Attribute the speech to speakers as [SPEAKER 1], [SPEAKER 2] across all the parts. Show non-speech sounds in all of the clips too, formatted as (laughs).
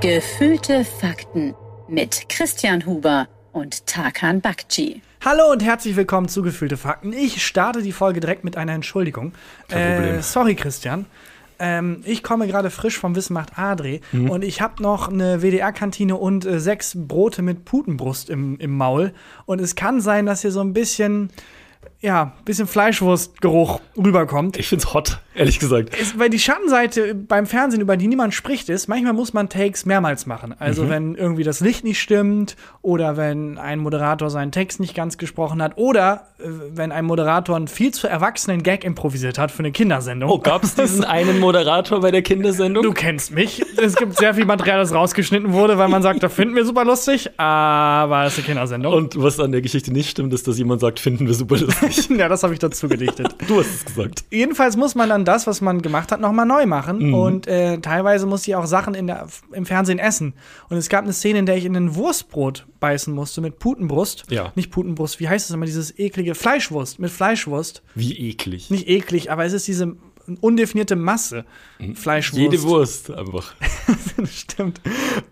[SPEAKER 1] Gefühlte Fakten mit Christian Huber und Tarkan Bakci.
[SPEAKER 2] Hallo und herzlich willkommen zu Gefühlte Fakten. Ich starte die Folge direkt mit einer Entschuldigung.
[SPEAKER 3] Kein Problem.
[SPEAKER 2] Äh, sorry, Christian. Ähm, ich komme gerade frisch vom Wissen macht Adri
[SPEAKER 3] Mhm.
[SPEAKER 2] und ich habe noch eine WDR-Kantine und äh, sechs Brote mit Putenbrust im, im Maul. Und es kann sein, dass hier so ein bisschen, ja, bisschen Fleischwurstgeruch rüberkommt.
[SPEAKER 3] Ich find's hot, ehrlich gesagt.
[SPEAKER 2] ist, weil die Schattenseite beim Fernsehen, über die niemand spricht, ist, manchmal muss man Takes mehrmals machen. Also wenn irgendwie das Licht nicht stimmt oder wenn ein Moderator seinen Text nicht ganz gesprochen hat oder äh, wenn ein Moderator einen viel zu erwachsenen Gag improvisiert hat für eine Kindersendung.
[SPEAKER 3] Oh, gab's (laughs) diesen einen Moderator bei der Kindersendung?
[SPEAKER 2] Du kennst mich. Es gibt sehr viel Material, das rausgeschnitten wurde, weil man sagt, das finden wir super lustig, aber es ist eine Kindersendung.
[SPEAKER 3] Und was an der Geschichte nicht stimmt, ist, dass jemand sagt, finden wir super lustig.
[SPEAKER 2] ja, das habe ich dazu gedichtet.
[SPEAKER 3] (laughs) du hast es gesagt.
[SPEAKER 2] jedenfalls muss man dann das, was man gemacht hat, nochmal neu machen.
[SPEAKER 3] Mhm.
[SPEAKER 2] Und äh, teilweise musste ich auch Sachen in der, im Fernsehen essen. Und es gab eine Szene, in der ich in ein Wurstbrot beißen musste mit Putenbrust.
[SPEAKER 3] Ja.
[SPEAKER 2] Nicht Putenbrust, wie heißt es immer? Dieses eklige Fleischwurst mit Fleischwurst.
[SPEAKER 3] Wie eklig.
[SPEAKER 2] Nicht eklig, aber es ist diese undefinierte Masse Fleischwurst.
[SPEAKER 3] Mhm. Jede Wurst einfach.
[SPEAKER 2] (laughs) Stimmt.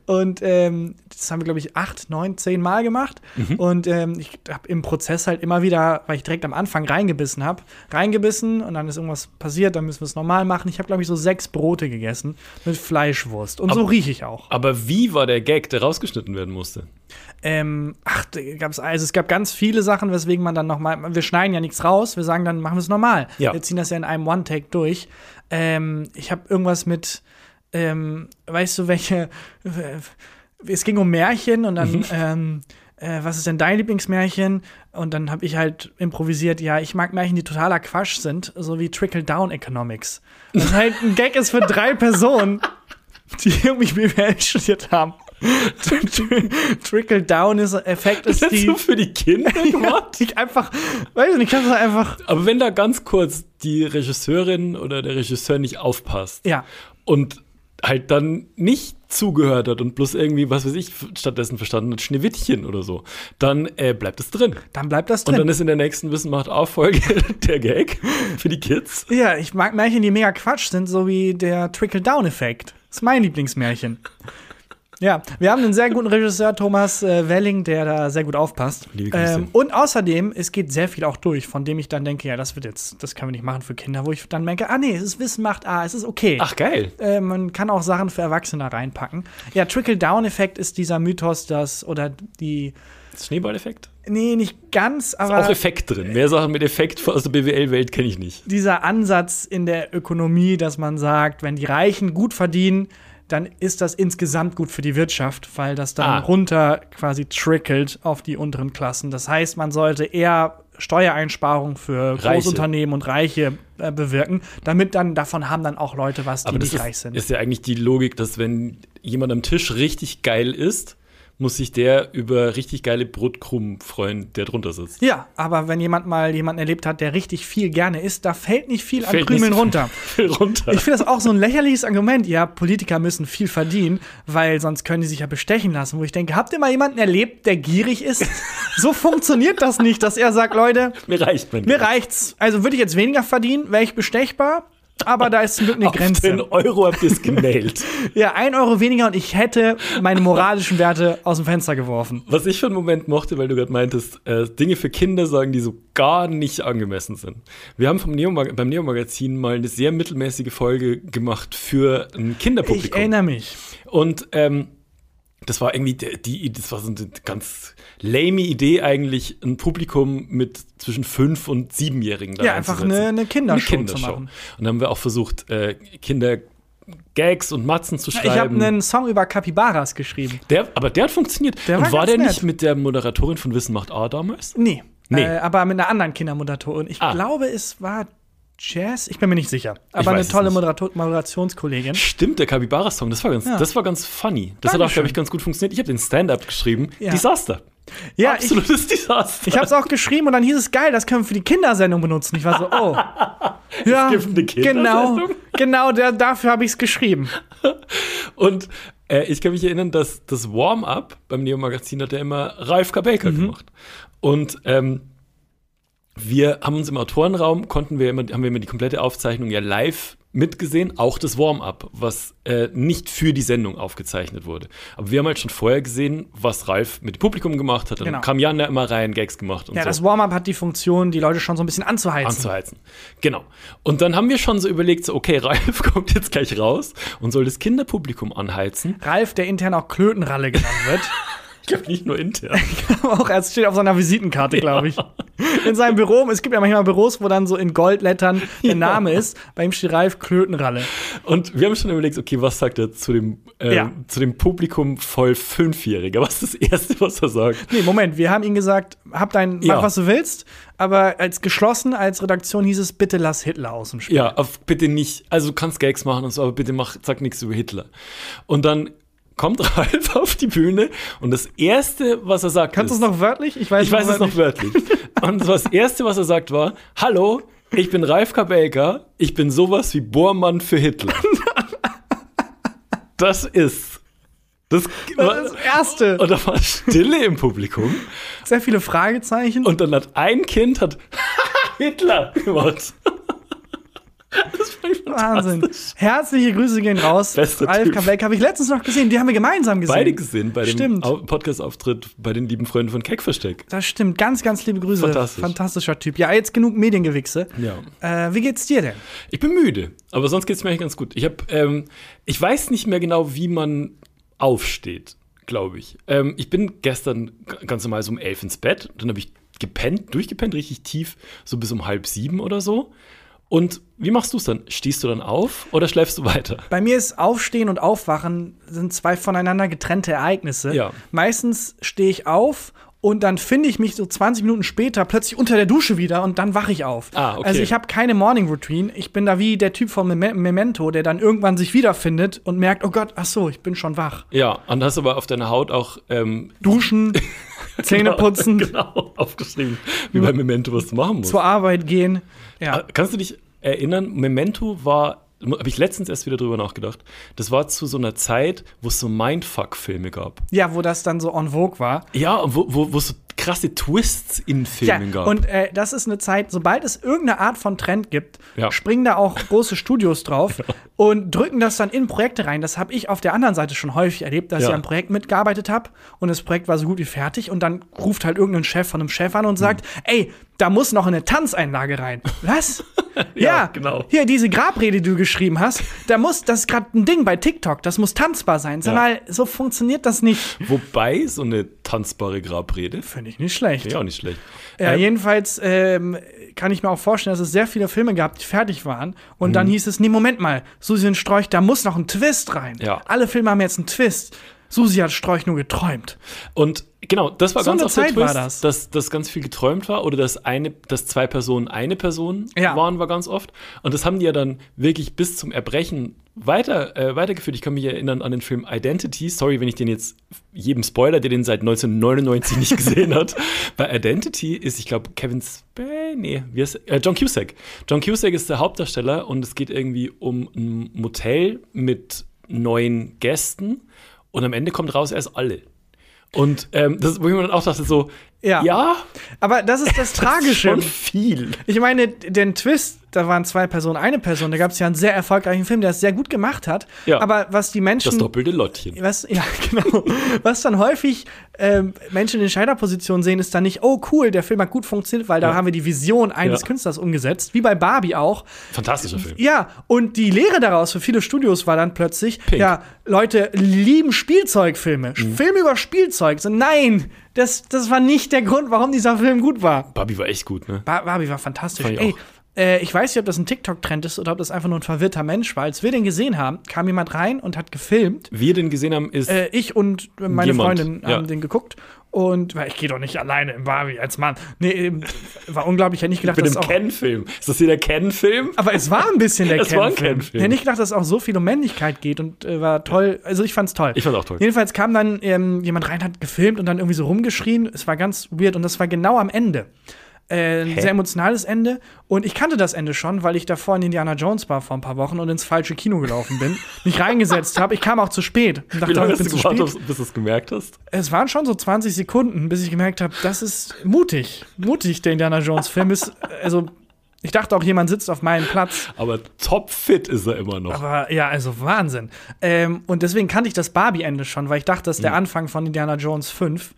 [SPEAKER 2] Und ähm, das haben wir, glaube ich, acht, neun, zehn Mal gemacht. Und ähm, ich habe im Prozess halt immer wieder, weil ich direkt am Anfang reingebissen habe, reingebissen und dann ist irgendwas passiert, dann müssen wir es normal machen. Ich habe, glaube ich, so sechs Brote gegessen mit Fleischwurst. Und so rieche ich auch.
[SPEAKER 3] Aber wie war der Gag, der rausgeschnitten werden musste?
[SPEAKER 2] Ähm, ach, da gab's, also es gab ganz viele Sachen, weswegen man dann nochmal, wir schneiden ja nichts raus, wir sagen dann, machen wir es normal.
[SPEAKER 3] Ja.
[SPEAKER 2] Wir ziehen das ja in einem One-Take durch. Ähm, ich habe irgendwas mit, ähm, weißt du, welche, es ging um Märchen und
[SPEAKER 3] Mhm.
[SPEAKER 2] dann, ähm, äh, was ist denn dein Lieblingsmärchen? Und dann habe ich halt improvisiert, ja, ich mag Märchen, die totaler Quatsch sind, so wie Trickle-Down-Economics. Was halt ein Gag ist für drei Personen, die irgendwie BWL studiert haben. (laughs) Trickle-Down-Effekt ist
[SPEAKER 3] Das
[SPEAKER 2] die.
[SPEAKER 3] so für die (laughs) Kinder
[SPEAKER 2] (laughs)
[SPEAKER 3] gemacht?
[SPEAKER 2] Ich einfach, weiß nicht, ich hab's halt einfach.
[SPEAKER 3] Aber wenn da ganz kurz die Regisseurin oder der Regisseur nicht aufpasst
[SPEAKER 2] Ja.
[SPEAKER 3] und halt dann nicht zugehört hat und bloß irgendwie, was weiß ich, stattdessen verstanden hat, Schneewittchen oder so, dann äh, bleibt es drin.
[SPEAKER 2] Dann bleibt das
[SPEAKER 3] Und dann
[SPEAKER 2] drin.
[SPEAKER 3] ist in der nächsten Wissen macht auf Folge (laughs) der Gag für die Kids.
[SPEAKER 2] Ja, ich mag Märchen, die mega Quatsch sind, so wie der Trickle-Down-Effekt. Ist mein Lieblingsmärchen. Ja, wir haben einen sehr guten Regisseur, Thomas äh, Welling, der da sehr gut aufpasst. Ähm,
[SPEAKER 3] Liebe Grüße.
[SPEAKER 2] und außerdem, es geht sehr viel auch durch, von dem ich dann denke, ja, das wird jetzt, das können wir nicht machen für Kinder, wo ich dann merke, ah nee, es ist Wissen macht A, es ist okay.
[SPEAKER 3] Ach geil.
[SPEAKER 2] Äh, man kann auch Sachen für Erwachsene reinpacken. Ja, Trickle-Down-Effekt ist dieser Mythos, dass, oder die,
[SPEAKER 3] Ist Schneeballeffekt?
[SPEAKER 2] nee, nicht ganz, aber.
[SPEAKER 3] Auch Effekt drin. Mehr Sachen mit Effekt aus der BWL-Welt kenne ich nicht.
[SPEAKER 2] dieser Ansatz in der Ökonomie, dass man sagt, wenn die Reichen gut verdienen, dann ist das insgesamt gut für die Wirtschaft, weil das dann
[SPEAKER 3] Ah.
[SPEAKER 2] runter quasi trickelt auf die unteren Klassen. Das heißt, man sollte eher Steuereinsparungen für
[SPEAKER 3] Reiche.
[SPEAKER 2] Großunternehmen und Reiche äh, bewirken, damit dann davon haben dann auch Leute was, die
[SPEAKER 3] Aber das
[SPEAKER 2] nicht
[SPEAKER 3] ist,
[SPEAKER 2] reich sind.
[SPEAKER 3] ist ja eigentlich die Logik, dass wenn jemand am Tisch richtig geil ist, muss sich der über richtig geile Brotkrumen freuen, der drunter sitzt. (laughs)
[SPEAKER 2] ja, aber wenn jemand mal jemanden erlebt hat, der richtig viel gerne isst, da fällt nicht viel an
[SPEAKER 3] Fällt
[SPEAKER 2] Krümeln
[SPEAKER 3] nicht so (laughs)
[SPEAKER 2] runter.
[SPEAKER 3] viel runter.
[SPEAKER 2] Ich finde das auch so ein lächerliches Argument. Ja, Politiker müssen viel verdienen, weil sonst können die sich ja bestechen lassen. Wo ich denke, habt ihr mal jemanden erlebt, der gierig ist? So funktioniert das nicht, dass er sagt, Leute,
[SPEAKER 3] mir reicht mein
[SPEAKER 2] mir
[SPEAKER 3] Geld.
[SPEAKER 2] reicht's. Also würde ich jetzt weniger verdienen, wäre ich bestechbar, aber da ist zum Glück eine
[SPEAKER 3] Auf den
[SPEAKER 2] Grenze.
[SPEAKER 3] Euro habt ihr es genäht.
[SPEAKER 2] (laughs) Ja, ein Euro weniger und ich hätte meine moralischen Werte aus dem Fenster geworfen.
[SPEAKER 3] Was ich für einen Moment mochte, weil du gerade meintest, äh, Dinge für Kinder sagen, die so gar nicht angemessen sind. Wir haben vom Neo beim Neo-Magazin mal eine sehr mittelmäßige Folge gemacht für ein Kinderpublikum.
[SPEAKER 2] Ich erinnere mich.
[SPEAKER 3] Und ähm, das war irgendwie die, die, das war so eine ganz lame Idee eigentlich, ein Publikum mit zwischen fünf und siebenjährigen da
[SPEAKER 2] Ja, einfach
[SPEAKER 3] reinzusetzen.
[SPEAKER 2] eine- eine Kindershow zu
[SPEAKER 3] Kindershow.
[SPEAKER 2] machen.
[SPEAKER 3] Und dann haben wir auch versucht, äh, Kinder Gags und Matzen zu schreiben.
[SPEAKER 2] Ich habe einen Song über Capybaras geschrieben.
[SPEAKER 3] der, aber der hat funktioniert.
[SPEAKER 2] Der war
[SPEAKER 3] und war
[SPEAKER 2] ganz
[SPEAKER 3] der
[SPEAKER 2] nett.
[SPEAKER 3] nicht mit der Moderatorin von Wissen macht A damals?
[SPEAKER 2] Nee.
[SPEAKER 3] Nee.
[SPEAKER 2] Äh, aber mit einer anderen Kindermoderatorin. Ich
[SPEAKER 3] Ah.
[SPEAKER 2] glaube, es war Jazz. Ich bin mir nicht sicher.
[SPEAKER 3] Ich
[SPEAKER 2] Aber eine
[SPEAKER 3] weiß es
[SPEAKER 2] tolle
[SPEAKER 3] nicht.
[SPEAKER 2] Moderator Moderationskollegin.
[SPEAKER 3] Stimmt, der Capybara-Song, das war ganz, das war ganz funny. Das hat auch,
[SPEAKER 2] Dankeschön.
[SPEAKER 3] glaube ich, ganz gut funktioniert. Ich habe den Stand-up geschrieben.
[SPEAKER 2] Ja.
[SPEAKER 3] Desaster.
[SPEAKER 2] Ja, ich,
[SPEAKER 3] Absolutes Desaster.
[SPEAKER 2] ich habe es auch geschrieben und dann hieß es geil, das können wir für die Kindersendung benutzen. Ich war so,
[SPEAKER 3] (laughs)
[SPEAKER 2] oh. Ja,
[SPEAKER 3] gibt
[SPEAKER 2] genau,
[SPEAKER 3] eine Kindersendung?
[SPEAKER 2] genau, da, dafür habe ich es geschrieben.
[SPEAKER 3] Und äh, ich kann mich erinnern, dass das Warm-up beim Neo-Magazin hat ja immer Ralf
[SPEAKER 2] Mhm.
[SPEAKER 3] Kabelka gemacht. Und ähm, wir haben uns im Autorenraum, konnten wir immer, haben wir immer die komplette Aufzeichnung ja live mitgesehen, auch das Warm-up, was äh, nicht für die Sendung aufgezeichnet wurde. Aber wir haben halt schon vorher gesehen, was Ralf mit dem Publikum gemacht hat. Dann
[SPEAKER 2] Genau.
[SPEAKER 3] kam Jan da immer rein, Gags gemacht und
[SPEAKER 2] Ja,
[SPEAKER 3] so.
[SPEAKER 2] das Warm-up hat die Funktion, die Leute schon so ein bisschen anzuheizen.
[SPEAKER 3] Anzuheizen. Genau. Und dann haben wir schon so überlegt, so, okay, (laughs) Ralf kommt jetzt gleich raus und soll das Kinderpublikum anheizen.
[SPEAKER 2] Ralf, der intern auch Klötenralle genannt
[SPEAKER 3] (laughs)
[SPEAKER 2] wird, (laughs)
[SPEAKER 3] Ich glaube nicht nur intern.
[SPEAKER 2] auch erst steht auf seiner Visitenkarte, glaube ich. In seinem Büro, es gibt ja manchmal Büros, wo dann so in Goldlettern der Name ist. Bei ihm steht Ralf Klötenralle.
[SPEAKER 3] Und wir haben schon überlegt, okay, was sagt er zu dem, äh,
[SPEAKER 2] Ja.
[SPEAKER 3] zu dem Publikum voll Fünfjähriger? Was ist das Erste, was er sagt?
[SPEAKER 2] Nee, Moment, wir haben ihm gesagt, hab dein, mach
[SPEAKER 3] Ja.
[SPEAKER 2] was du willst, aber als geschlossen, als Redaktion hieß es, bitte lass Hitler aus dem Spiel.
[SPEAKER 3] Ja, auf, bitte nicht. Also du kannst Gags machen und so, aber bitte mach, sag nichts über Hitler. Und dann kommt (laughs) Ralf auf die Bühne und das Erste, was er sagt,
[SPEAKER 2] Kannst du
[SPEAKER 3] ist,
[SPEAKER 2] es noch wörtlich? Ich weiß,
[SPEAKER 3] ich weiß es noch
[SPEAKER 2] wörtlich.
[SPEAKER 3] wörtlich. und das Erste, was er sagt, war, hallo, ich bin Ralf Kabelka, ich bin sowas wie Bohrmann für Hitler. das ist... Das,
[SPEAKER 2] Das ist das Erste.
[SPEAKER 3] Und da war Stille im Publikum.
[SPEAKER 2] Sehr viele Fragezeichen.
[SPEAKER 3] Und dann hat ein Kind hat (laughs) Hitler gemacht. Das fand ich
[SPEAKER 2] Wahnsinn. Herzliche Grüße gehen raus.
[SPEAKER 3] Bester
[SPEAKER 2] Ralf
[SPEAKER 3] Typ.
[SPEAKER 2] Kabeck habe ich letztens noch gesehen. Die haben wir gemeinsam gesehen.
[SPEAKER 3] beide gesehen bei dem
[SPEAKER 2] Stimmt.
[SPEAKER 3] Au- Podcast-Auftritt bei den lieben Freunden von Keckversteck.
[SPEAKER 2] Das stimmt. Ganz, ganz liebe Grüße.
[SPEAKER 3] Fantastisch.
[SPEAKER 2] Fantastischer Typ. Ja, jetzt genug Mediengewichse.
[SPEAKER 3] Ja.
[SPEAKER 2] Äh, wie geht's dir denn?
[SPEAKER 3] Ich bin müde, aber sonst geht's mir eigentlich ganz gut. Ich habe, ähm, ich weiß nicht mehr genau, wie man aufsteht, glaube ich. Ähm, ich bin gestern g- ganz normal so um elf ins Bett, dann habe ich gepennt, durchgepennt, richtig tief, so bis um halb sieben oder so. Und wie machst du es dann? Stehst du dann auf oder schläfst du weiter?
[SPEAKER 2] Bei mir ist Aufstehen und Aufwachen sind zwei voneinander getrennte Ereignisse.
[SPEAKER 3] Ja.
[SPEAKER 2] Meistens stehe ich auf und dann finde ich mich so 20 Minuten später plötzlich unter der Dusche wieder und dann wache ich auf.
[SPEAKER 3] Ah, okay.
[SPEAKER 2] Also ich habe keine Morning Routine. Ich bin da wie der Typ von Mem- Memento, der dann irgendwann sich wiederfindet und merkt, oh Gott, ach so, ich bin schon wach.
[SPEAKER 3] Ja, und hast aber auf deiner Haut auch ähm, (laughs)
[SPEAKER 2] Duschen, Zähne putzen,
[SPEAKER 3] genau aufgeschrieben, wie bei Memento, was du machen musst.
[SPEAKER 2] zur Arbeit gehen. Ja.
[SPEAKER 3] Ah, Kannst du dich erinnern, Memento war, habe ich letztens erst wieder drüber nachgedacht, das war zu so einer Zeit, wo es so Mindfuck-Filme gab.
[SPEAKER 2] ja, wo das dann so on vogue war.
[SPEAKER 3] Ja, und wo, wo, wo es so krasse Twists in Filmen
[SPEAKER 2] Ja,
[SPEAKER 3] gab.
[SPEAKER 2] und äh, das ist eine Zeit, sobald es irgendeine Art von Trend gibt,
[SPEAKER 3] Ja.
[SPEAKER 2] springen da auch große Studios
[SPEAKER 3] (laughs)
[SPEAKER 2] drauf und drücken das dann in Projekte rein. Das habe ich auf der anderen Seite schon häufig erlebt, dass
[SPEAKER 3] Ja.
[SPEAKER 2] ich an einem Projekt mitgearbeitet habe und das Projekt war so gut wie fertig und dann ruft halt irgendein Chef von einem Chef an und sagt,
[SPEAKER 3] Hm.
[SPEAKER 2] ey, da muss noch eine Tanzeinlage rein. Was?
[SPEAKER 3] (laughs) Ja, genau.
[SPEAKER 2] Hier, diese Grabrede, die du geschrieben hast, da muss, das ist gerade ein Ding bei TikTok, das muss tanzbar sein. Sag
[SPEAKER 3] Ja.
[SPEAKER 2] mal, so funktioniert das nicht.
[SPEAKER 3] Wobei so eine tanzbare Grabrede,
[SPEAKER 2] Finde ich nicht schlecht.
[SPEAKER 3] ja auch nicht schlecht.
[SPEAKER 2] Ja,
[SPEAKER 3] Ähm,
[SPEAKER 2] jedenfalls ähm, kann ich mir auch vorstellen, dass es sehr viele Filme gab, die fertig waren. Und
[SPEAKER 3] Mhm.
[SPEAKER 2] dann hieß es, nee, Moment mal, Susi und Sträuch, da muss noch ein Twist rein.
[SPEAKER 3] Ja.
[SPEAKER 2] Alle Filme haben jetzt einen Twist. Susi hat Sträuch nur geträumt.
[SPEAKER 3] Und genau, das war
[SPEAKER 2] So
[SPEAKER 3] ganz
[SPEAKER 2] eine
[SPEAKER 3] auf der
[SPEAKER 2] Zeit war
[SPEAKER 3] Twist,
[SPEAKER 2] das.
[SPEAKER 3] dass dass ganz viel geträumt war oder dass eine, dass zwei Personen eine Person
[SPEAKER 2] Ja.
[SPEAKER 3] waren, war ganz oft. Und das haben die ja dann wirklich bis zum Erbrechen weiter äh, weitergeführt. Ich kann mich erinnern an den Film Identity. Sorry, wenn ich den jetzt jedem Spoiler, der den seit 1999 nicht gesehen
[SPEAKER 2] (laughs)
[SPEAKER 3] hat. Bei Identity ist, ich glaube, Kevin Spacey, nee, wie heißt, er? äh, John Cusack. John Cusack ist der Hauptdarsteller und es geht irgendwie um ein Motel mit neun Gästen und am Ende kommt raus, er ist alle. Und ähm, das, wo ich mir dann auch dachte, so,
[SPEAKER 2] Ja.
[SPEAKER 3] ja,
[SPEAKER 2] Aber das
[SPEAKER 3] (laughs)
[SPEAKER 2] ist das, Tragische.
[SPEAKER 3] schon viel.
[SPEAKER 2] Ich meine, den Twist, da waren zwei Personen, eine Person, da gab es ja einen sehr erfolgreichen Film, der es sehr gut gemacht hat.
[SPEAKER 3] Ja.
[SPEAKER 2] Aber was die Menschen.
[SPEAKER 3] Das doppelte Lottchen.
[SPEAKER 2] was, ja, (laughs) genau. Was dann häufig ähm, Menschen in Entscheiderpositionen sehen, ist dann nicht, oh cool, der Film hat gut funktioniert, weil da
[SPEAKER 3] Ja.
[SPEAKER 2] haben wir die Vision eines
[SPEAKER 3] Ja.
[SPEAKER 2] Künstlers umgesetzt, wie bei Barbie auch.
[SPEAKER 3] Fantastischer Film.
[SPEAKER 2] Ja, und die Lehre daraus für viele Studios war dann plötzlich,
[SPEAKER 3] Pink. Mhm.
[SPEAKER 2] ja, Leute lieben Spielzeugfilme. Filme über Spielzeug. So, nein, das, das war nicht der Grund, warum dieser Film gut war.
[SPEAKER 3] Barbie war echt gut, ne?
[SPEAKER 2] Bar Barbie war fantastisch.
[SPEAKER 3] Fand ich
[SPEAKER 2] Ey,
[SPEAKER 3] auch.
[SPEAKER 2] äh, ich weiß nicht, ob das ein TikTok-Trend ist oder ob das einfach nur ein verwirrter Mensch war. Als wir den gesehen haben, kam jemand rein und hat gefilmt
[SPEAKER 3] Wir den gesehen haben, ist
[SPEAKER 2] äh, ich und meine
[SPEAKER 3] Jemand,
[SPEAKER 2] Freundin
[SPEAKER 3] ja.
[SPEAKER 2] haben den geguckt. Und weil ich gehe doch nicht alleine im Barbie als Mann. Nee, ähm, war unglaublich. Ich hätte nicht gedacht,
[SPEAKER 3] mit
[SPEAKER 2] dass
[SPEAKER 3] dem
[SPEAKER 2] auch.
[SPEAKER 3] Ken-Film. Ist das hier der Ken-Film?
[SPEAKER 2] Aber es war ein bisschen der
[SPEAKER 3] (laughs) Es war ein
[SPEAKER 2] Ken-Film.
[SPEAKER 3] Ken-Film.
[SPEAKER 2] Ich hätte nicht gedacht, dass es auch so viel um Männlichkeit geht und äh, war toll. Also ich fand's toll.
[SPEAKER 3] Ich fand's auch toll.
[SPEAKER 2] Jedenfalls kam dann ähm, jemand rein, hat gefilmt und dann irgendwie so rumgeschrien. Es war ganz weird und das war genau am Ende. Äh, ein
[SPEAKER 3] Hä?
[SPEAKER 2] sehr emotionales Ende. Und ich kannte das Ende schon, weil ich davor in Indiana Jones war vor ein paar Wochen und ins falsche Kino gelaufen
[SPEAKER 3] (laughs)
[SPEAKER 2] bin, mich reingesetzt habe. Ich kam auch zu spät. Ich dachte,
[SPEAKER 3] Wie lange
[SPEAKER 2] ich
[SPEAKER 3] hast
[SPEAKER 2] bin
[SPEAKER 3] du
[SPEAKER 2] zu
[SPEAKER 3] gewartet, um
[SPEAKER 2] spät.
[SPEAKER 3] bis bis du es gemerkt hast?
[SPEAKER 2] Es waren schon so 20 Sekunden, bis ich gemerkt habe, das ist mutig. Mutig, der Indiana Jones-Film ist. Also, Ich dachte auch, jemand sitzt auf meinem Platz.
[SPEAKER 3] Aber topfit ist er immer noch.
[SPEAKER 2] Aber ja, also Wahnsinn. Ähm, und deswegen kannte ich das Barbie-Ende schon, weil ich dachte, das ist der Anfang von Indiana Jones 5.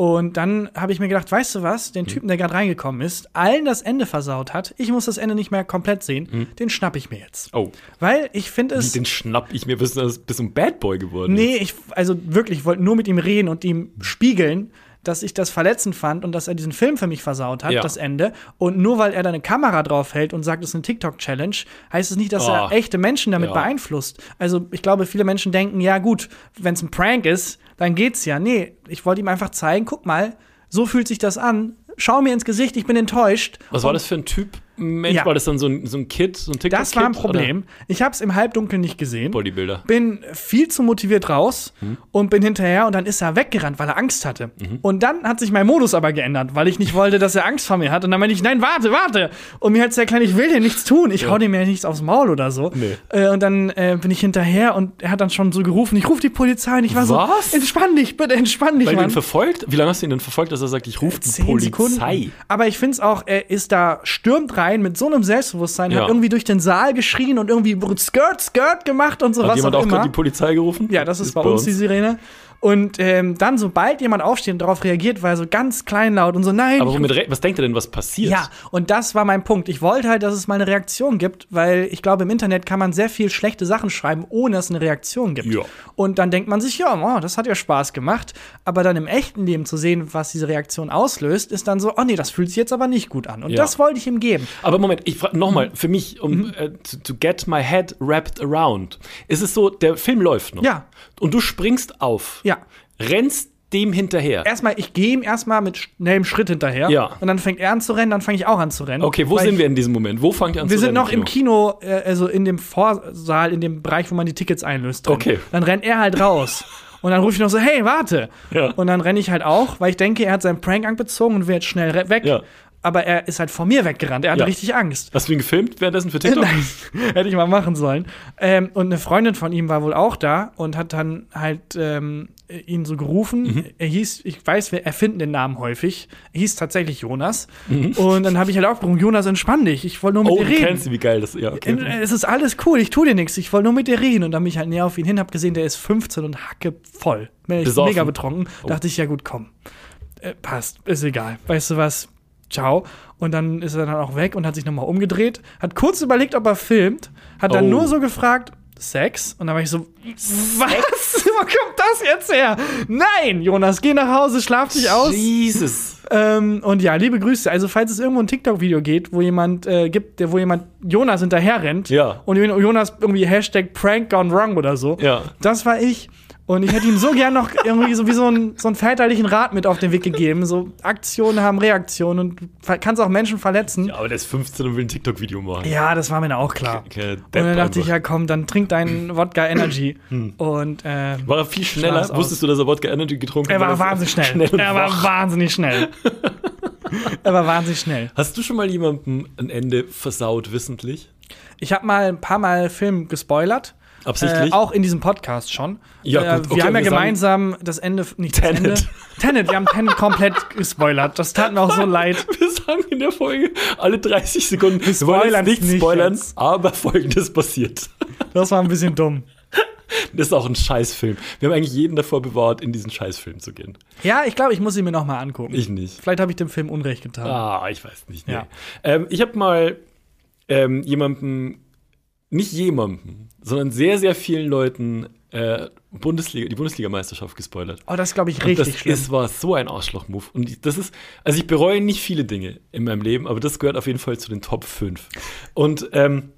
[SPEAKER 2] Und dann habe ich mir gedacht, weißt du was, den Typen, der gerade reingekommen ist, allen das Ende versaut hat, ich muss das Ende nicht mehr komplett sehen, den schnapp ich mir jetzt.
[SPEAKER 3] oh,
[SPEAKER 2] Weil ich finde
[SPEAKER 3] wie,
[SPEAKER 2] es.
[SPEAKER 3] den schnapp ich mir. Bist du bist du ein Bad Boy geworden?
[SPEAKER 2] Nee, ich, also wirklich, ich wollte nur mit ihm reden und ihm spiegeln, dass ich das verletzend fand und dass er diesen Film für mich versaut hat,
[SPEAKER 3] Ja.
[SPEAKER 2] das Ende. Und nur weil er da eine Kamera drauf hält und sagt, es ist eine TikTok-Challenge, heißt es nicht, dass
[SPEAKER 3] Ah.
[SPEAKER 2] er echte Menschen damit
[SPEAKER 3] Ja.
[SPEAKER 2] beeinflusst. Also ich glaube, viele Menschen denken, ja gut, wenn es ein Prank ist, dann geht's ja. Nee, ich wollte ihm einfach zeigen, guck mal, so fühlt sich das an. Schau mir ins Gesicht, ich bin enttäuscht.
[SPEAKER 3] Was war das für ein Typ? Mensch,
[SPEAKER 2] Ja.
[SPEAKER 3] war das dann so ein, so ein Kid, so ein TikTok-Kid?
[SPEAKER 2] Das war ein
[SPEAKER 3] oder
[SPEAKER 2] Problem. Ich habe es im Halbdunkeln nicht gesehen.
[SPEAKER 3] Bodybuilder.
[SPEAKER 2] bin viel zu motiviert raus
[SPEAKER 3] Mhm.
[SPEAKER 2] und bin hinterher und dann ist er weggerannt, weil er Angst hatte. Und dann hat sich mein Modus aber geändert, weil ich nicht wollte, dass er Angst vor mir hat. Und dann meinte ich, nein, warte, warte. Und mir hat es erklärt, ich will dir nichts tun. Ich hau dir mir nichts aufs Maul oder so.
[SPEAKER 3] Nee.
[SPEAKER 2] Äh, und dann äh, bin ich hinterher und er hat dann schon so gerufen, ich rufe die Polizei und ich war
[SPEAKER 3] Was?
[SPEAKER 2] so, entspann dich, bitte entspann dich,
[SPEAKER 3] Weil du ihn
[SPEAKER 2] Mann.
[SPEAKER 3] verfolgt? Wie lange hast du ihn denn verfolgt, dass er sagt, ich rufe die Polizei?
[SPEAKER 2] Aber ich finde es auch, er ist da stürmt rein mit so einem Selbstbewusstsein,
[SPEAKER 3] Ja.
[SPEAKER 2] hat irgendwie durch den Saal geschrien und irgendwie Skirt, Skirt gemacht und so
[SPEAKER 3] Hat
[SPEAKER 2] was
[SPEAKER 3] jemand
[SPEAKER 2] auch
[SPEAKER 3] auch
[SPEAKER 2] immer.
[SPEAKER 3] gerade die Polizei gerufen?
[SPEAKER 2] Ja, das ist bei uns die Sirene. Und ähm, dann, sobald jemand aufsteht und darauf reagiert, war er so ganz kleinlaut und so, nein.
[SPEAKER 3] Aber
[SPEAKER 2] ich-
[SPEAKER 3] womit, re- was denkt er denn, was passiert?
[SPEAKER 2] ja, und das war mein Punkt. Ich wollte halt, dass es mal eine Reaktion gibt, weil ich glaube, im Internet kann man sehr viel schlechte Sachen schreiben, ohne dass es eine Reaktion gibt.
[SPEAKER 3] Ja.
[SPEAKER 2] Und dann denkt man sich, ja, oh, das hat ja Spaß gemacht. Aber dann im echten Leben zu sehen, was diese Reaktion auslöst, ist dann so, oh nee, das fühlt sich jetzt aber nicht gut an. Und
[SPEAKER 3] Ja.
[SPEAKER 2] das wollte ich ihm geben.
[SPEAKER 3] Aber Moment, ich frage
[SPEAKER 2] Mhm.
[SPEAKER 3] nochmal, für mich, um äh, to, to get my head wrapped around, ist es so, der Film läuft noch.
[SPEAKER 2] Ja.
[SPEAKER 3] Und du springst auf.
[SPEAKER 2] Ja.
[SPEAKER 3] Rennst dem hinterher.
[SPEAKER 2] Erstmal, ich gehe ihm erstmal mit schnellem Schritt hinterher.
[SPEAKER 3] Ja.
[SPEAKER 2] Und dann fängt er an zu rennen, dann fange ich auch an zu rennen.
[SPEAKER 3] Okay, wo
[SPEAKER 2] Weil ich-
[SPEAKER 3] sind wir in diesem Moment? Wo fangt ihr an
[SPEAKER 2] Wir
[SPEAKER 3] zu
[SPEAKER 2] sind
[SPEAKER 3] rennen
[SPEAKER 2] noch im Kino, äh, also in dem Vorsaal, in dem Bereich, wo man die Tickets einlöst. Drin.
[SPEAKER 3] Okay.
[SPEAKER 2] Dann rennt er halt
[SPEAKER 3] (laughs)
[SPEAKER 2] raus. Und dann rufe ich noch so, hey, warte.
[SPEAKER 3] Ja.
[SPEAKER 2] Und dann renne ich halt auch, weil ich denke, er hat seinen Prank angezogen und will jetzt schnell re- weg.
[SPEAKER 3] Ja.
[SPEAKER 2] Aber er ist halt vor mir weggerannt. Er hatte
[SPEAKER 3] Ja.
[SPEAKER 2] richtig Angst.
[SPEAKER 3] Hast du ihn gefilmt währenddessen für
[SPEAKER 2] (laughs)
[SPEAKER 3] TikTok?
[SPEAKER 2] Nein, hätte ich mal machen sollen. Ähm, und eine Freundin von ihm war wohl auch da und hat dann halt ähm, ihn so gerufen.
[SPEAKER 3] Mhm.
[SPEAKER 2] Er hieß, ich weiß, wir erfinden den Namen häufig. Er hieß tatsächlich Jonas. Und dann habe ich halt auch gerufen, Jonas, entspann dich. Ich wollte nur mit
[SPEAKER 3] Mhm. Oh,
[SPEAKER 2] dir
[SPEAKER 3] du
[SPEAKER 2] reden.
[SPEAKER 3] kennst ihn, wie geil das ist. Ja, okay.
[SPEAKER 2] In- äh, Es ist alles cool, ich tue dir nichts, ich wollte nur mit dir reden. Und dann bin ich halt näher auf ihn hin, hab gesehen, der ist 15 und hacke voll. Mir ist
[SPEAKER 3] Besoffen. Oh.
[SPEAKER 2] mega betrunken. Dachte ich, ja gut, komm. Äh, passt, ist egal. Weißt du was? Ciao. Und dann ist er dann auch weg und hat sich nochmal umgedreht. Hat kurz überlegt, ob er filmt. Hat dann
[SPEAKER 3] Oh.
[SPEAKER 2] nur so gefragt, Sex? Und dann war ich so, (laughs) was? Wo kommt das jetzt her? Nein, Jonas, geh nach Hause, schlaf dich aus. (laughs)
[SPEAKER 3] Jesus.
[SPEAKER 2] Ähm, und ja, liebe Grüße. Also, falls es irgendwo ein TikTok-Video geht, wo jemand äh, gibt, der, wo jemand Jonas hinterher rennt
[SPEAKER 3] Ja.
[SPEAKER 2] und Jo- Jonas irgendwie Hashtag Prank gone wrong oder so,
[SPEAKER 3] Ja.
[SPEAKER 2] das war ich. Und ich hätte ihm so gern noch irgendwie so wie so einen, so einen väterlichen Rat mit auf den Weg gegeben. So Aktionen haben Reaktionen und du ver- kannst auch Menschen verletzen.
[SPEAKER 3] Ja, aber der ist 15 und will ein TikTok-Video machen.
[SPEAKER 2] Ja, das war mir dann auch klar.
[SPEAKER 3] Okay,
[SPEAKER 2] und dann
[SPEAKER 3] Depp
[SPEAKER 2] dachte ich,
[SPEAKER 3] einfach. Hm.
[SPEAKER 2] ja komm, dann trink deinen Wodka Energy. und ähm,
[SPEAKER 3] War er viel schneller?
[SPEAKER 2] Schnaß aus.
[SPEAKER 3] Wusstest du, dass er Wodka Energy getrunken
[SPEAKER 2] er war
[SPEAKER 3] hat?
[SPEAKER 2] wahnsinnig schnell.
[SPEAKER 3] und
[SPEAKER 2] er war
[SPEAKER 3] wach.
[SPEAKER 2] wahnsinnig
[SPEAKER 3] (laughs)
[SPEAKER 2] schnell. er war wahnsinnig schnell.
[SPEAKER 3] Hast du schon mal jemandem ein Ende versaut, wissentlich? (laughs)
[SPEAKER 2] Ich habe mal ein paar Mal Film gespoilert.
[SPEAKER 3] Absichtlich?
[SPEAKER 2] Äh, auch in diesem Podcast schon. äh,
[SPEAKER 3] Ja, gut, okay,
[SPEAKER 2] wir haben ja
[SPEAKER 3] wir sagen-
[SPEAKER 2] gemeinsam das Ende, nicht
[SPEAKER 3] Tenet.
[SPEAKER 2] das Ende. Tenet, wir haben Tenet komplett gespoilert. Das tat mir auch so leid.
[SPEAKER 3] Wir sagen in der Folge alle 30 Sekunden, wir wollen jetzt
[SPEAKER 2] spoilern's
[SPEAKER 3] nicht
[SPEAKER 2] nicht
[SPEAKER 3] spoilern,
[SPEAKER 2] jetzt.
[SPEAKER 3] aber folgendes passiert. (laughs)
[SPEAKER 2] Das war ein bisschen dumm.
[SPEAKER 3] Das ist auch ein Scheißfilm. Wir haben eigentlich jeden davor bewahrt, in diesen Scheißfilm zu gehen.
[SPEAKER 2] Ja, ich glaube, ich muss ihn mir nochmal angucken.
[SPEAKER 3] Ich nicht.
[SPEAKER 2] Vielleicht habe ich dem Film Unrecht getan.
[SPEAKER 3] Ah, ich weiß nicht. Nee.
[SPEAKER 2] Ja.
[SPEAKER 3] Ähm, ich habe mal ähm, jemandem, nicht jemandem, sondern sehr, sehr vielen Leuten äh, Bundesliga, die Bundesligameisterschaft gespoilert.
[SPEAKER 2] Oh, das glaube ich
[SPEAKER 3] Und
[SPEAKER 2] richtig
[SPEAKER 3] das
[SPEAKER 2] schlimm.
[SPEAKER 3] ist, war so ein Arschloch-Move. Und ich- das ist, also ich bereue nicht viele Dinge in meinem Leben, aber das gehört auf jeden Fall zu den Top 5. Und ähm,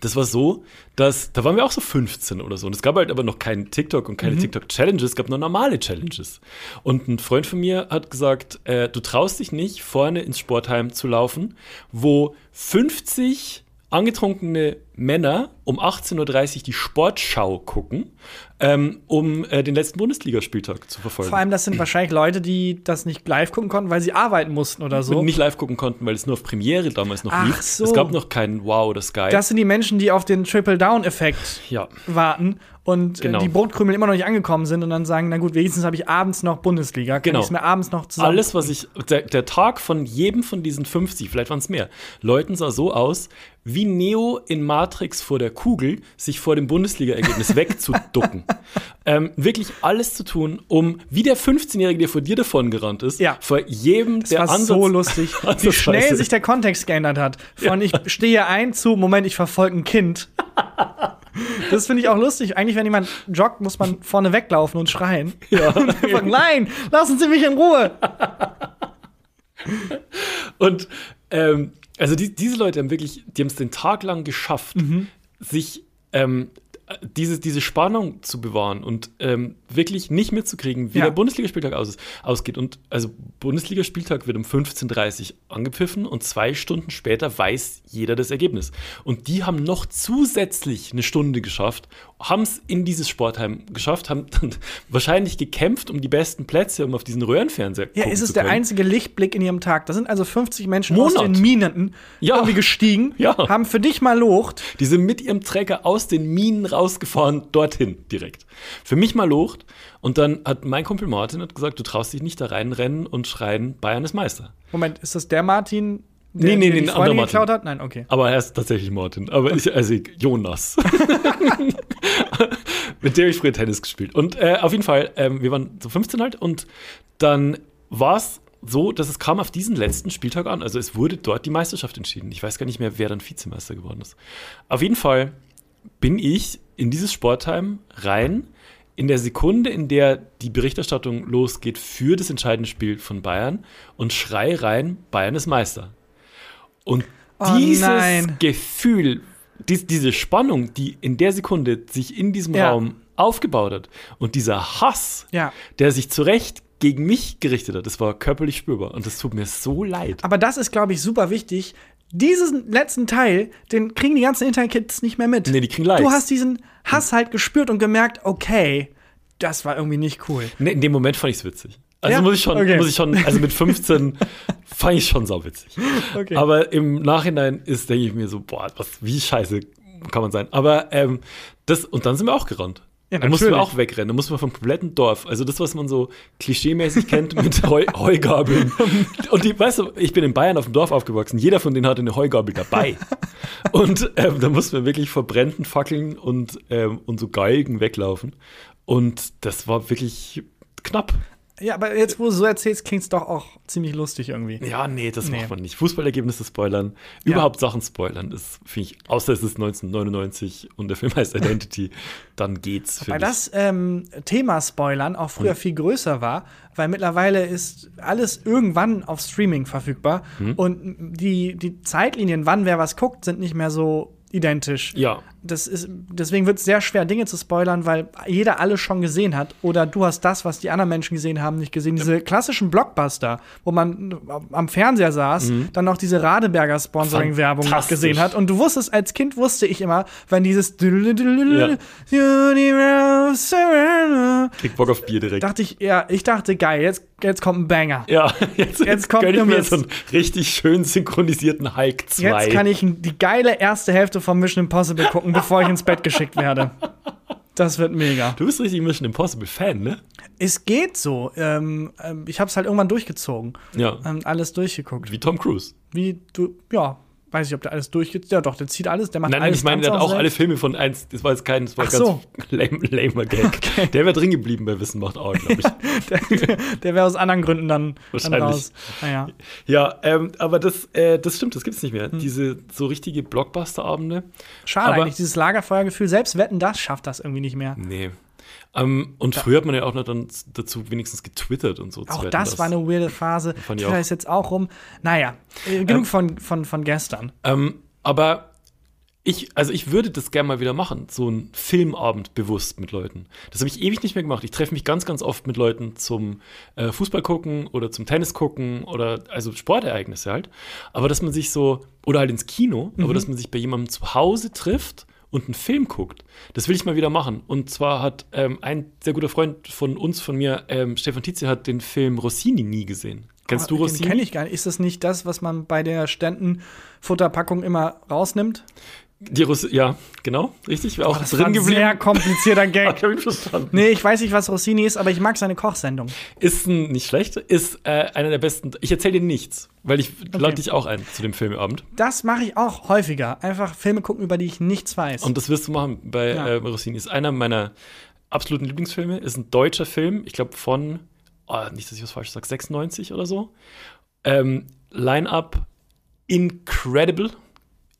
[SPEAKER 3] das war so, dass, da waren wir auch so 15 oder so. Und es gab halt aber noch keinen TikTok und
[SPEAKER 2] Mhm.
[SPEAKER 3] keine TikTok-Challenges, es gab nur normale Challenges. Und ein Freund von mir hat gesagt, äh, du traust dich nicht, vorne ins Sportheim zu laufen, wo 50 angetrunkene Männer um 18.30 Uhr die Sportschau gucken, ähm, um äh, den letzten Bundesligaspieltag zu verfolgen.
[SPEAKER 2] Vor allem, das sind wahrscheinlich Leute, die das nicht live gucken konnten, weil sie arbeiten mussten oder so.
[SPEAKER 3] nicht live gucken konnten, weil es nur auf Premiere damals noch
[SPEAKER 2] Ach
[SPEAKER 3] lief.
[SPEAKER 2] so.
[SPEAKER 3] Es gab noch keinen Wow oder Sky.
[SPEAKER 2] Das sind die Menschen, die auf den Triple-Down-Effekt
[SPEAKER 3] ja.
[SPEAKER 2] warten und
[SPEAKER 3] Genau.
[SPEAKER 2] äh, die Brotkrümel immer noch nicht angekommen sind und dann sagen, na gut, wenigstens habe ich abends noch Bundesliga, kann
[SPEAKER 3] Genau.
[SPEAKER 2] ich mir abends noch zusammen.
[SPEAKER 3] Alles, was ich, der, der Tag von jedem von diesen 50, vielleicht waren es mehr, Leuten sah so aus, wie Neo in Matrix vor der Kugel, sich vor
[SPEAKER 2] (laughs)
[SPEAKER 3] dem Bundesliga-Ergebnis wegzuducken. Ähm, wirklich alles zu tun, um, wie der 15-Jährige, der vor dir davon gerannt ist,
[SPEAKER 2] Ja.
[SPEAKER 3] vor jedem,
[SPEAKER 2] Es
[SPEAKER 3] der
[SPEAKER 2] war
[SPEAKER 3] (laughs) Ansatz-
[SPEAKER 2] so lustig, wie
[SPEAKER 3] Ansatzweise-
[SPEAKER 2] schnell sich der Kontext geändert hat. Von ich stehe ein zu, Moment, ich verfolge ein
[SPEAKER 3] (laughs)
[SPEAKER 2] Kind. Das finde ich auch lustig. Eigentlich, wenn jemand joggt, muss man vorne weglaufen und schreien. (laughs) Und einfach, Nein, lassen Sie mich in Ruhe.
[SPEAKER 3] Und ähm, also die, diese Leute haben wirklich, die haben es den Tag lang geschafft,
[SPEAKER 2] Mhm.
[SPEAKER 3] sich ähm, diese, diese Spannung zu bewahren und ähm, wirklich nicht mitzukriegen, wie
[SPEAKER 2] Ja.
[SPEAKER 3] der Bundesligaspieltag aus, ausgeht. Und also Bundesligaspieltag wird um 15.30 Uhr angepfiffen und zwei Stunden später weiß jeder das Ergebnis. Und die haben noch zusätzlich eine Stunde geschafft, haben es in dieses Sportheim geschafft, haben dann (laughs) wahrscheinlich gekämpft um die besten Plätze, um auf diesen Röhrenfernseher
[SPEAKER 2] Ja,
[SPEAKER 3] gucken
[SPEAKER 2] ist es
[SPEAKER 3] zu
[SPEAKER 2] der
[SPEAKER 3] können.
[SPEAKER 2] einzige Lichtblick in ihrem Tag. Da sind also 50 Menschen aus
[SPEAKER 3] Monat.
[SPEAKER 2] den Minen
[SPEAKER 3] Ja.
[SPEAKER 2] irgendwie gestiegen,
[SPEAKER 3] Ja.
[SPEAKER 2] haben für dich mal locht.
[SPEAKER 3] Die sind mit ihrem Trecker aus den Minen rausgefahren, dorthin direkt. Für mich mal locht. Und dann hat mein Kumpel Martin hat gesagt, du traust dich nicht da reinrennen und schreien, Bayern ist Meister.
[SPEAKER 2] Moment, ist das der Martin, der
[SPEAKER 3] Nee, nee,
[SPEAKER 2] dir
[SPEAKER 3] nee,
[SPEAKER 2] die
[SPEAKER 3] ein
[SPEAKER 2] Freundin
[SPEAKER 3] anderer
[SPEAKER 2] geklaut hat? Nein, okay.
[SPEAKER 3] Aber er ist tatsächlich Martin. Aber ich, also ich- Jonas. (laughs) Mit dem hab ich früher Tennis gespielt. Und äh, auf jeden Fall, ähm, wir waren so 15 halt und dann war es so, dass es kam auf diesen letzten Spieltag an. Also es wurde dort die Meisterschaft entschieden. Ich weiß gar nicht mehr, wer dann Vizemeister geworden ist. Auf jeden Fall bin ich in dieses Sportheim rein. In der Sekunde, in der die Berichterstattung losgeht für das entscheidende Spiel von Bayern und schrei rein, Bayern ist Meister. Und
[SPEAKER 2] Oh
[SPEAKER 3] dieses
[SPEAKER 2] nein.
[SPEAKER 3] Gefühl, dies, diese Spannung, die in der Sekunde sich in diesem
[SPEAKER 2] Ja.
[SPEAKER 3] Raum aufgebaut hat und dieser Hass,
[SPEAKER 2] Ja.
[SPEAKER 3] der sich zu Recht gegen mich gerichtet hat, das war körperlich spürbar und das tut mir so leid.
[SPEAKER 2] Aber das ist, glaube ich, super wichtig. Diesen letzten Teil, den kriegen die ganzen Internetkids nicht mehr mit.
[SPEAKER 3] Nee, die kriegen Likes.
[SPEAKER 2] Du hast diesen Hass halt gespürt und gemerkt, okay, das war irgendwie nicht cool.
[SPEAKER 3] Ne, in dem Moment fand ich es witzig. Also
[SPEAKER 2] Ja?
[SPEAKER 3] muss ich schon,
[SPEAKER 2] Okay.
[SPEAKER 3] muss ich schon, also
[SPEAKER 2] (laughs)
[SPEAKER 3] mit 15 fand ich schon sauwitzig.
[SPEAKER 2] Okay.
[SPEAKER 3] Aber im Nachhinein ist, denke ich mir so, boah, was, wie scheiße kann man sein. Aber ähm, das, und dann sind wir auch gerannt.
[SPEAKER 2] Ja,
[SPEAKER 3] dann mussten wir
[SPEAKER 2] natürlich.
[SPEAKER 3] auch wegrennen. Dann mussten wir vom kompletten Dorf. Also das, was man so klischeemäßig kennt mit (laughs) Heu Heugabeln. Und die, weißt du, ich bin in Bayern auf dem Dorf aufgewachsen. Jeder von denen hatte eine Heugabel (laughs) dabei. Und ähm, da mussten wir wirklich vor brennenden Fackeln und, ähm, und so Galgen weglaufen. Und das war wirklich knapp.
[SPEAKER 2] Ja, aber jetzt, wo du so erzählst, klingt es doch auch ziemlich lustig irgendwie.
[SPEAKER 3] Ja, nee, das
[SPEAKER 2] Nee.
[SPEAKER 3] macht man nicht. Fußballergebnisse spoilern,
[SPEAKER 2] Ja.
[SPEAKER 3] überhaupt Sachen spoilern, ist, finde ich, außer es ist 1999 und der Film heißt Identity, dann geht's,
[SPEAKER 2] Weil
[SPEAKER 3] finde ich.
[SPEAKER 2] das ähm, Thema Spoilern auch früher viel größer war, weil mittlerweile ist alles irgendwann auf Streaming verfügbar und die, die Zeitlinien, wann wer was guckt, sind nicht mehr so identisch.
[SPEAKER 3] Ja.
[SPEAKER 2] Das ist, deswegen wird es sehr schwer, Dinge zu spoilern, weil jeder alles schon gesehen hat. Oder du hast das, was die anderen Menschen gesehen haben, nicht gesehen. Diese klassischen Blockbuster, wo man am Fernseher saß, dann noch diese Radeberger Sponsoring-Werbung
[SPEAKER 3] Fantastisch.
[SPEAKER 2] gesehen hat. Und du wusstest, als Kind wusste ich immer, wenn dieses
[SPEAKER 3] Ja.
[SPEAKER 2] Universe-
[SPEAKER 3] Krieg Bock auf Bier direkt.
[SPEAKER 2] dachte ich, ja, ich dachte, geil, jetzt, jetzt kommt ein Banger.
[SPEAKER 3] ja, (laughs) jetzt, jetzt
[SPEAKER 2] kommt
[SPEAKER 3] gönn ich mir
[SPEAKER 2] irgendwie
[SPEAKER 3] so einen richtig schön synchronisierten Hulk 2.
[SPEAKER 2] Jetzt kann ich die geile erste Hälfte von Mission Impossible gucken, bevor ich ins Bett geschickt werde. Das wird mega.
[SPEAKER 3] du bist richtig Mission Impossible Fan, ne?
[SPEAKER 2] Es geht so. Ähm, ähm, ich habe es halt irgendwann durchgezogen.
[SPEAKER 3] Ja.
[SPEAKER 2] Ähm, alles durchgeguckt.
[SPEAKER 3] Wie Tom Cruise.
[SPEAKER 2] Wie du, ja, weiß ich, ob der alles durchgeht. Ja, doch, der zieht alles, der macht
[SPEAKER 3] Nein, nein,
[SPEAKER 2] alles.
[SPEAKER 3] ich meine, der hat
[SPEAKER 2] ganz
[SPEAKER 3] auch alle
[SPEAKER 2] selbst.
[SPEAKER 3] Filme von eins, das war jetzt kein, das war
[SPEAKER 2] Ach
[SPEAKER 3] ganz
[SPEAKER 2] so.
[SPEAKER 3] (laughs) lame,
[SPEAKER 2] (laughs)
[SPEAKER 3] lamer Gag. Der wäre drin geblieben bei Wissen macht auch, glaube ich.
[SPEAKER 2] Der wäre aus anderen Gründen dann, dann
[SPEAKER 3] Wahrscheinlich.
[SPEAKER 2] raus. Naja.
[SPEAKER 3] ja, ähm, aber das, äh, das stimmt, das gibt's nicht
[SPEAKER 2] Hm.
[SPEAKER 3] mehr. Diese so richtige Blockbuster-Abende.
[SPEAKER 2] Schade
[SPEAKER 3] Aber-
[SPEAKER 2] eigentlich, dieses Lagerfeuergefühl. Selbst Wetten, das schafft das irgendwie nicht mehr.
[SPEAKER 3] Nee. Ähm, und früher hat man ja auch noch dann z- dazu wenigstens getwittert und so. zu
[SPEAKER 2] Auch
[SPEAKER 3] Wetten,
[SPEAKER 2] das
[SPEAKER 3] dass-
[SPEAKER 2] war eine weirde Phase.
[SPEAKER 3] Fand ich
[SPEAKER 2] Twitter
[SPEAKER 3] auch.
[SPEAKER 2] ist jetzt auch rum. Naja, äh, genug von, von, von gestern.
[SPEAKER 3] Ähm, aber ich, also ich würde das gerne mal wieder machen, so einen Filmabend bewusst mit Leuten. Das habe ich ewig nicht mehr gemacht. Ich treffe mich ganz, ganz oft mit Leuten zum äh, Fußball gucken oder zum Tennis gucken oder also Sportereignisse halt. Aber dass man sich so, oder halt ins Kino,
[SPEAKER 2] Mhm.
[SPEAKER 3] aber dass man sich bei jemandem zu Hause trifft und einen Film guckt, das will ich mal wieder machen. Und zwar hat ähm, ein sehr guter Freund von uns, von mir, ähm, Stefan Tizia, hat den Film Rossini nie gesehen. Kennst du
[SPEAKER 2] Aber Ah, Den
[SPEAKER 3] Rossini?
[SPEAKER 2] kenne ich gar nicht. Ist das nicht das, was man bei der Ständen Futterpackung immer rausnimmt?
[SPEAKER 3] Die Russi ja, genau, richtig. Wäre auch
[SPEAKER 2] Boah, Oh, das war
[SPEAKER 3] drin
[SPEAKER 2] ein
[SPEAKER 3] geblieben.
[SPEAKER 2] sehr
[SPEAKER 3] (laughs)
[SPEAKER 2] komplizierter
[SPEAKER 3] Hab
[SPEAKER 2] Gag.
[SPEAKER 3] ich hab ihn verstanden.
[SPEAKER 2] Nee, ich weiß nicht, was Rossini ist, aber ich mag seine Kochsendung.
[SPEAKER 3] Ist ein, nicht schlecht, ist äh, einer der besten. Ich erzähle dir nichts, weil ich lade dich auch ein zu dem Filmabend.
[SPEAKER 2] Das mache ich auch häufiger. Einfach Filme gucken, über die ich nichts weiß.
[SPEAKER 3] Und das wirst du machen bei
[SPEAKER 2] Ja.
[SPEAKER 3] äh, Rossini. Ist einer meiner absoluten Lieblingsfilme. Ist ein deutscher Film, ich glaube von, oh, nicht, dass ich was falsch sage, 96 oder so. Ähm, Line-Up incredible.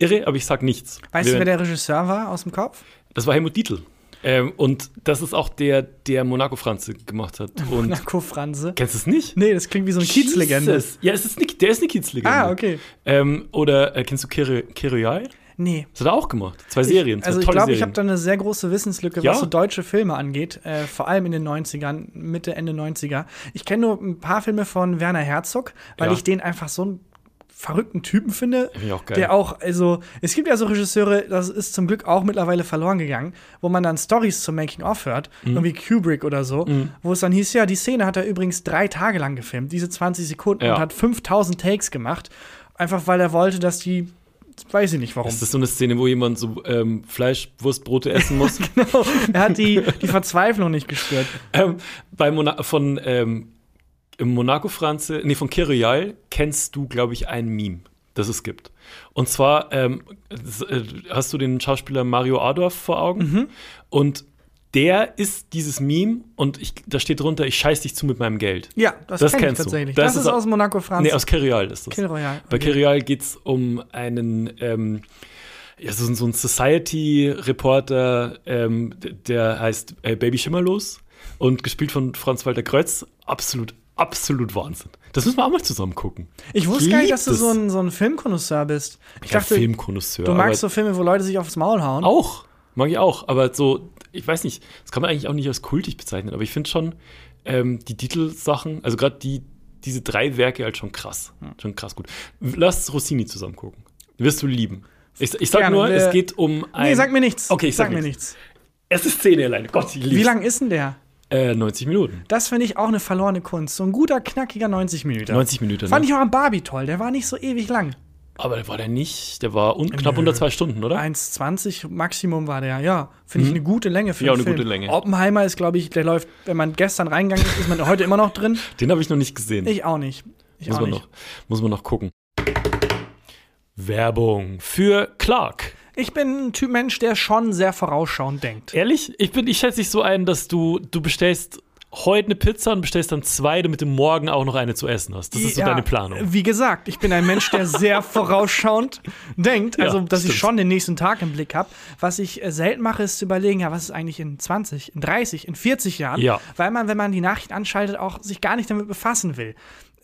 [SPEAKER 3] Irre, aber ich sag nichts.
[SPEAKER 2] weißt
[SPEAKER 3] Wir
[SPEAKER 2] du, wer
[SPEAKER 3] werden-
[SPEAKER 2] der Regisseur war aus dem Kopf? (laughs)
[SPEAKER 3] Das war Helmut Dietl. Ähm, und das ist auch der, der Monaco-Franze gemacht
[SPEAKER 2] (laughs)
[SPEAKER 3] hat. Und
[SPEAKER 2] Narko Franse.
[SPEAKER 3] kennst du es nicht?
[SPEAKER 2] Nee, das klingt wie so eine Kiezlegende.
[SPEAKER 3] Jesus. Ja, es ist eine, der ist eine Kiezlegende.
[SPEAKER 2] Ah, okay.
[SPEAKER 3] Ähm, oder äh, kennst du Kiryai?
[SPEAKER 2] Nee.
[SPEAKER 3] Das hat er auch gemacht. Zwei Serien, zwei
[SPEAKER 2] Also ich
[SPEAKER 3] tolle
[SPEAKER 2] glaube, ich habe
[SPEAKER 3] Serien.
[SPEAKER 2] da eine sehr große Wissenslücke,
[SPEAKER 3] Ja?
[SPEAKER 2] was so deutsche Filme angeht, äh, vor allem in den 90ern, Mitte, Ende 90er. Ich kenne nur ein paar Filme von Werner Herzog, weil
[SPEAKER 3] Ja.
[SPEAKER 2] ich den einfach so einen verrückten Typen finde,
[SPEAKER 3] Finde ich auch geil.
[SPEAKER 2] der auch, also es gibt ja so Regisseure, das ist zum Glück auch mittlerweile verloren gegangen, wo man dann Stories zum Making-of hört,
[SPEAKER 3] Mhm.
[SPEAKER 2] irgendwie Kubrick oder so, wo es dann hieß, ja, die Szene hat er übrigens drei Tage lang gefilmt, diese 20 Sekunden,
[SPEAKER 3] Ja.
[SPEAKER 2] und hat 5000 Takes gemacht, einfach weil er wollte, dass die, weiß ich nicht warum.
[SPEAKER 3] Ist das so eine Szene, wo jemand so ähm, Fleisch, Wurst, Brote essen muss?
[SPEAKER 2] (laughs) Genau. Er hat die, die Verzweiflung nicht gespürt.
[SPEAKER 3] ähm, bei Mona von ähm, im Monaco Franze, nee, von Kiryal kennst du, glaube ich, ein Meme, das es gibt. Und zwar ähm, s- äh, hast du den Schauspieler Mario Adorf vor Augen
[SPEAKER 2] Mhm.
[SPEAKER 3] und der ist dieses Meme und ich, da steht drunter, ich scheiß dich zu mit meinem Geld.
[SPEAKER 2] Ja, das,
[SPEAKER 3] Das
[SPEAKER 2] kenn ich
[SPEAKER 3] kennst du.
[SPEAKER 2] tatsächlich.
[SPEAKER 3] Das
[SPEAKER 2] Das,
[SPEAKER 3] ist
[SPEAKER 2] ist
[SPEAKER 3] au-
[SPEAKER 2] aus Monaco, Franz.
[SPEAKER 3] Nee, aus Kiryal ist das.
[SPEAKER 2] Kill Royale.
[SPEAKER 3] Bei
[SPEAKER 2] Okay.
[SPEAKER 3] Kirial geht es um einen, ähm, ja, so, so einen Society-Reporter, ähm, d- der heißt äh, Baby Schimmerlos und gespielt von Franz-Walter Kreuz. Absolut, absolut Wahnsinn. Das müssen wir auch mal zusammen gucken.
[SPEAKER 2] Ich wusste gar
[SPEAKER 3] lieb
[SPEAKER 2] nicht, dass du
[SPEAKER 3] das.
[SPEAKER 2] so ein, so ein Filmkonnoisseur bist. Ich
[SPEAKER 3] Kein
[SPEAKER 2] dachte,
[SPEAKER 3] Filmkonnoisseur.
[SPEAKER 2] du magst so
[SPEAKER 3] aber
[SPEAKER 2] Filme, wo Leute sich aufs Maul hauen.
[SPEAKER 3] auch. Mag ich auch. Aber so, ich weiß nicht, das kann man eigentlich auch nicht als kultig bezeichnen, aber ich finde schon ähm, die Titelsachen, also gerade die, diese drei Werke halt schon krass.
[SPEAKER 2] Hm.
[SPEAKER 3] Schon krass gut. Lass Rossini zusammen gucken. Wirst du lieben. Ich, ich sag
[SPEAKER 2] Gerne,
[SPEAKER 3] nur,
[SPEAKER 2] wir-
[SPEAKER 3] es geht um ein.
[SPEAKER 2] Nee, sag mir nichts.
[SPEAKER 3] Okay, ich sag
[SPEAKER 2] mir
[SPEAKER 3] nichts.
[SPEAKER 2] nichts.
[SPEAKER 3] Es ist Szene alleine. Gott, ich lieb's.
[SPEAKER 2] Wie lang ist denn der?
[SPEAKER 3] Äh, 90 Minuten.
[SPEAKER 2] Das finde ich auch eine verlorene Kunst. So ein guter, knackiger 90 Minuten.
[SPEAKER 3] 90 Minuten,
[SPEAKER 2] Fand
[SPEAKER 3] ne?
[SPEAKER 2] ich auch am Barbie toll. Der war nicht so ewig lang.
[SPEAKER 3] Aber der war der nicht, der war
[SPEAKER 2] Äh,
[SPEAKER 3] un knapp unter zwei Stunden, oder?
[SPEAKER 2] 1,20 Maximum war der. Ja, finde ich eine gute Länge für
[SPEAKER 3] Mhm. Ja,
[SPEAKER 2] einen
[SPEAKER 3] eine
[SPEAKER 2] Film.
[SPEAKER 3] gute Länge.
[SPEAKER 2] Oppenheimer ist, glaube ich, der läuft, wenn man gestern reingegangen ist, ist man heute immer noch
[SPEAKER 3] (laughs)
[SPEAKER 2] drin.
[SPEAKER 3] Den habe ich noch nicht gesehen.
[SPEAKER 2] Ich auch nicht. Ich
[SPEAKER 3] muss,
[SPEAKER 2] auch
[SPEAKER 3] man
[SPEAKER 2] nicht.
[SPEAKER 3] noch, muss man noch gucken. Werbung für Clark.
[SPEAKER 2] Ich bin ein Typ Mensch, der schon sehr vorausschauend denkt.
[SPEAKER 3] Ehrlich? Ich, bin, ich schätze dich so ein, dass du, du bestellst heute eine Pizza und bestellst dann zwei, damit du morgen auch noch eine zu essen hast. Das ist so
[SPEAKER 2] Ja,
[SPEAKER 3] deine Planung.
[SPEAKER 2] Wie gesagt, ich bin ein Mensch, der
[SPEAKER 3] (laughs)
[SPEAKER 2] sehr vorausschauend denkt, also
[SPEAKER 3] Ja,
[SPEAKER 2] dass ich
[SPEAKER 3] stimmt.
[SPEAKER 2] schon den nächsten Tag im Blick habe. Was ich äh, selten mache, ist zu überlegen, ja, was ist eigentlich in 20, in 30, in 40 Jahren,
[SPEAKER 3] Ja.
[SPEAKER 2] weil man, wenn man die Nachricht anschaltet, auch sich gar nicht damit befassen will.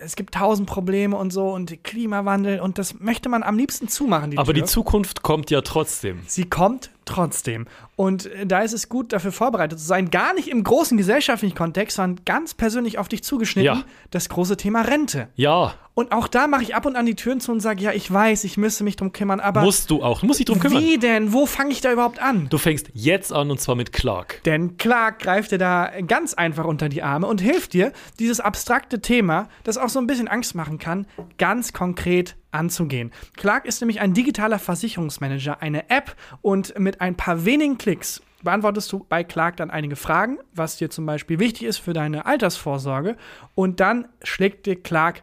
[SPEAKER 2] Es gibt tausend Probleme und so und Klimawandel und das möchte man am liebsten zumachen. Die
[SPEAKER 3] Aber
[SPEAKER 2] Tür.
[SPEAKER 3] die Zukunft kommt ja trotzdem.
[SPEAKER 2] Sie kommt trotzdem. Und äh, da ist es gut, dafür vorbereitet zu sein, gar nicht im großen gesellschaftlichen Kontext, sondern ganz persönlich auf dich zugeschnitten,
[SPEAKER 3] Ja.
[SPEAKER 2] das große Thema Rente.
[SPEAKER 3] Ja,
[SPEAKER 2] Und auch da mache ich ab und an die Türen zu und sage, ja, ich weiß, ich müsste mich drum kümmern, aber
[SPEAKER 3] musst du auch. Du musst dich drum kümmern.
[SPEAKER 2] wie denn? Wo fange ich da überhaupt an?
[SPEAKER 3] Du fängst jetzt an und zwar mit Clark.
[SPEAKER 2] Denn Clark greift dir da ganz einfach unter die Arme und hilft dir, dieses abstrakte Thema, das auch so ein bisschen Angst machen kann, ganz konkret anzugehen. Clark ist nämlich ein digitaler Versicherungsmanager, eine App und mit ein paar wenigen Klicks beantwortest du bei Clark dann einige Fragen, was dir zum Beispiel wichtig ist für deine Altersvorsorge und dann schlägt dir Clark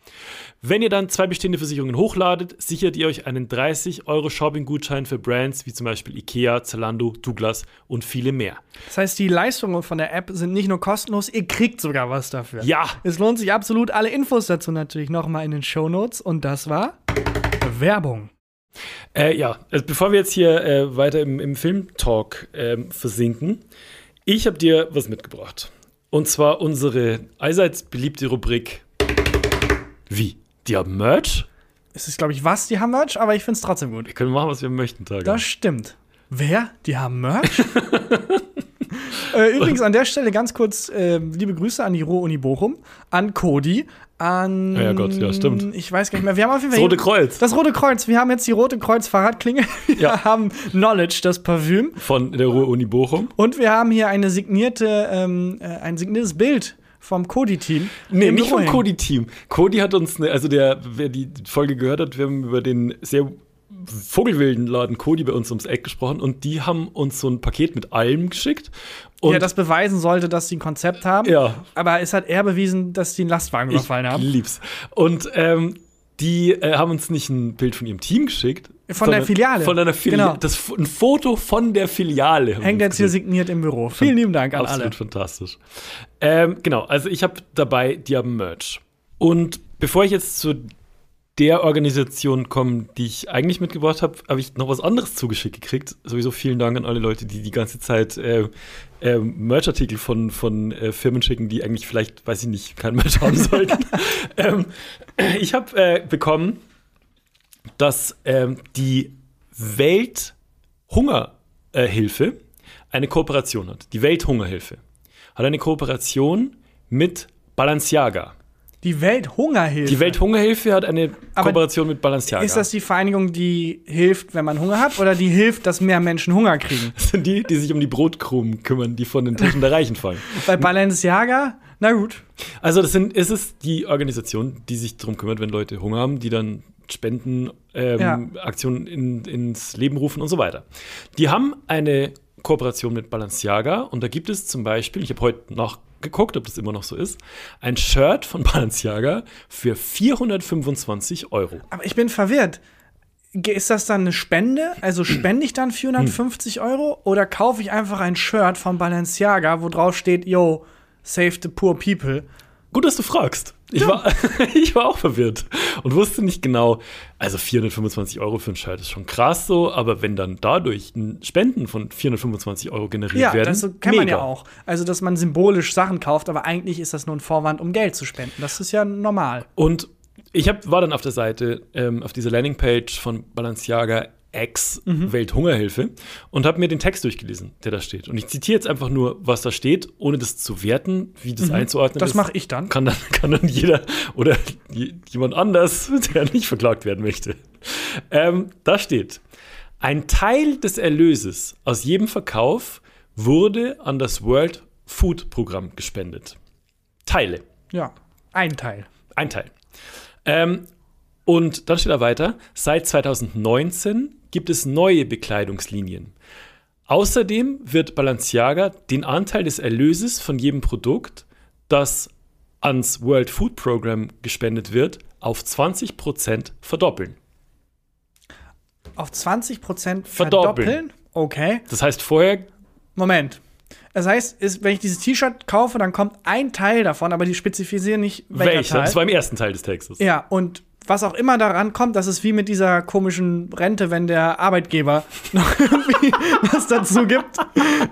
[SPEAKER 3] Wenn ihr dann zwei bestehende Versicherungen hochladet, sichert ihr euch einen 30-Euro-Shopping-Gutschein für Brands wie zum Beispiel Ikea, Zalando, Douglas und viele mehr.
[SPEAKER 2] Das heißt, die Leistungen von der App sind nicht nur kostenlos, ihr kriegt sogar was dafür.
[SPEAKER 3] Ja.
[SPEAKER 2] Es lohnt sich absolut. Alle Infos dazu natürlich nochmal in den Shownotes. Und das war Werbung.
[SPEAKER 3] Äh, ja, also bevor wir jetzt hier äh, weiter im, im Film-Talk ähm, versinken, ich habe dir was mitgebracht. Und zwar unsere allseits beliebte Rubrik Wie? Die haben Merch?
[SPEAKER 2] Es ist, glaube ich, was, die haben Merch, aber ich finde es trotzdem gut.
[SPEAKER 3] Wir können machen, was wir möchten, Tage.
[SPEAKER 2] Das stimmt. Wer? Die haben
[SPEAKER 3] (laughs)
[SPEAKER 2] Merch? äh, übrigens an der Stelle ganz kurz äh, liebe Grüße an die Ruhr-Uni Bochum, an Cody, an.
[SPEAKER 3] Ja, Gott, ja, stimmt.
[SPEAKER 2] Ich weiß gar nicht mehr. Wir haben auf jeden
[SPEAKER 3] Das
[SPEAKER 2] Fall.
[SPEAKER 3] Rote Kreuz
[SPEAKER 2] das Rote Kreuz. Wir haben jetzt die Rote Kreuz Fahrradklinge. (laughs) Wir
[SPEAKER 3] Ja.
[SPEAKER 2] haben Knowledge, das Parfüm.
[SPEAKER 3] von der Ruhr-Uni Bochum.
[SPEAKER 2] Und wir haben hier eine signierte, ähm, äh, ein signiertes Bild vom Cody-Team.
[SPEAKER 3] Nee,
[SPEAKER 2] im
[SPEAKER 3] nicht
[SPEAKER 2] Büro
[SPEAKER 3] vom
[SPEAKER 2] hängen.
[SPEAKER 3] Cody-Team. Cody hat uns, ne, also der, wer die Folge gehört hat, wir haben über den sehr vogelwilden Laden Cody bei uns ums Eck gesprochen und die haben uns so ein Paket mit allem geschickt. Und
[SPEAKER 2] Ja, das beweisen sollte, dass sie ein Konzept haben.
[SPEAKER 3] Ja.
[SPEAKER 2] Aber es hat eher bewiesen, dass die einen Lastwagen überfallen
[SPEAKER 3] ich
[SPEAKER 2] haben.
[SPEAKER 3] lieb's. Und ähm, die äh, haben uns nicht ein Bild von ihrem Team geschickt.
[SPEAKER 2] Von der
[SPEAKER 3] sondern
[SPEAKER 2] Filiale.
[SPEAKER 3] Von einer Filiale.
[SPEAKER 2] Genau.
[SPEAKER 3] Das, F- ein Foto von der Filiale. haben
[SPEAKER 2] Hängt
[SPEAKER 3] die
[SPEAKER 2] jetzt
[SPEAKER 3] uns
[SPEAKER 2] hier
[SPEAKER 3] geschickt.
[SPEAKER 2] signiert im Büro. Vielen lieben Dank an
[SPEAKER 3] Absolut
[SPEAKER 2] alle.
[SPEAKER 3] fantastisch. Ähm, genau, also ich habe dabei die haben Merch. Und bevor ich jetzt zu der Organisation komme, die ich eigentlich mitgebracht habe, habe ich noch was anderes zugeschickt gekriegt. Sowieso vielen Dank an alle Leute, die die ganze Zeit äh, äh, Merch-Artikel von, von äh, Firmen schicken, die eigentlich vielleicht, weiß ich nicht, kein
[SPEAKER 2] (laughs)
[SPEAKER 3] Merch haben sollten. ähm, ich habe äh, bekommen, dass ähm, die Welthungerhilfe äh, Hilfe eine Kooperation hat. Die Welthungerhilfe hat eine Kooperation mit Balenciaga.
[SPEAKER 2] Die Welthungerhilfe.
[SPEAKER 3] Die Welthungerhilfe hat eine
[SPEAKER 2] Aber
[SPEAKER 3] Kooperation mit Balenciaga.
[SPEAKER 2] Ist das die Vereinigung, die hilft, wenn man Hunger hat, oder die hilft, dass mehr Menschen Hunger kriegen?
[SPEAKER 3] Das sind (laughs) die, die sich um die Brotkrumen kümmern, die von den Taschen der Reichen fallen.
[SPEAKER 2] Bei Balenciaga, na gut.
[SPEAKER 3] Also das sind, ist es ist die Organisation, die sich darum kümmert, wenn Leute Hunger haben, die dann Spenden, ähm,
[SPEAKER 2] Ja.
[SPEAKER 3] Aktionen in, ins Leben rufen und so weiter. Die haben eine Kooperation mit Balenciaga und da gibt es zum Beispiel, ich habe heute nachgeguckt, ob das immer noch so ist, ein Shirt von Balenciaga für 425 Euro.
[SPEAKER 2] Aber ich bin verwirrt. Ge- Ist das dann eine Spende? Also spende ich dann 450
[SPEAKER 3] Hm.
[SPEAKER 2] Euro oder kaufe ich einfach ein Shirt von Balenciaga, wo drauf steht, yo, save the poor people?
[SPEAKER 3] Gut, dass du fragst. Ich, war, (laughs) ich war auch verwirrt und wusste nicht genau. Also 425 Euro für ein Shirt ist schon krass so, aber wenn dann dadurch n- Spenden von 425 Euro generiert
[SPEAKER 2] Ja,
[SPEAKER 3] werden,
[SPEAKER 2] das so kennt man ja
[SPEAKER 3] mega.
[SPEAKER 2] auch. Also, dass man symbolisch Sachen kauft, aber eigentlich ist das nur ein Vorwand, um Geld zu spenden. Das ist ja normal.
[SPEAKER 3] Und ich hab, war dann auf der Seite, ähm, auf dieser Landingpage von Balenciaga ex
[SPEAKER 2] Mhm.
[SPEAKER 3] Welthungerhilfe und habe mir den Text durchgelesen, der da steht. Und ich zitiere jetzt einfach nur, was da steht, ohne das zu werten, wie das einzuordnen
[SPEAKER 2] Mhm. Das
[SPEAKER 3] ist.
[SPEAKER 2] mache ich dann.
[SPEAKER 3] Kann dann, (laughs) kann dann jeder oder j- jemand anders, (laughs) der nicht verklagt werden möchte. Ähm, da steht, ein Teil des Erlöses aus jedem Verkauf wurde an das World Food Programm gespendet. Teile.
[SPEAKER 2] Ja, ein Teil.
[SPEAKER 3] Ein Teil. Ähm, und dann steht da weiter, seit 2019 gibt es neue Bekleidungslinien. Außerdem wird Balenciaga den Anteil des Erlöses von jedem Produkt, das ans World Food Program gespendet wird, auf 20% verdoppeln.
[SPEAKER 2] Auf 20 Prozent
[SPEAKER 3] Verdoppeln.
[SPEAKER 2] verdoppeln. Okay.
[SPEAKER 3] Das heißt, vorher
[SPEAKER 2] Moment. Das heißt, ist, wenn ich dieses T-Shirt kaufe, dann kommt ein Teil davon, aber die spezifizieren nicht, welcher
[SPEAKER 3] welcher?
[SPEAKER 2] Teil.
[SPEAKER 3] Das war im ersten Teil des Textes.
[SPEAKER 2] Ja, und was auch immer daran kommt, das ist wie mit dieser komischen Rente, wenn der Arbeitgeber (laughs) noch irgendwie was dazu gibt,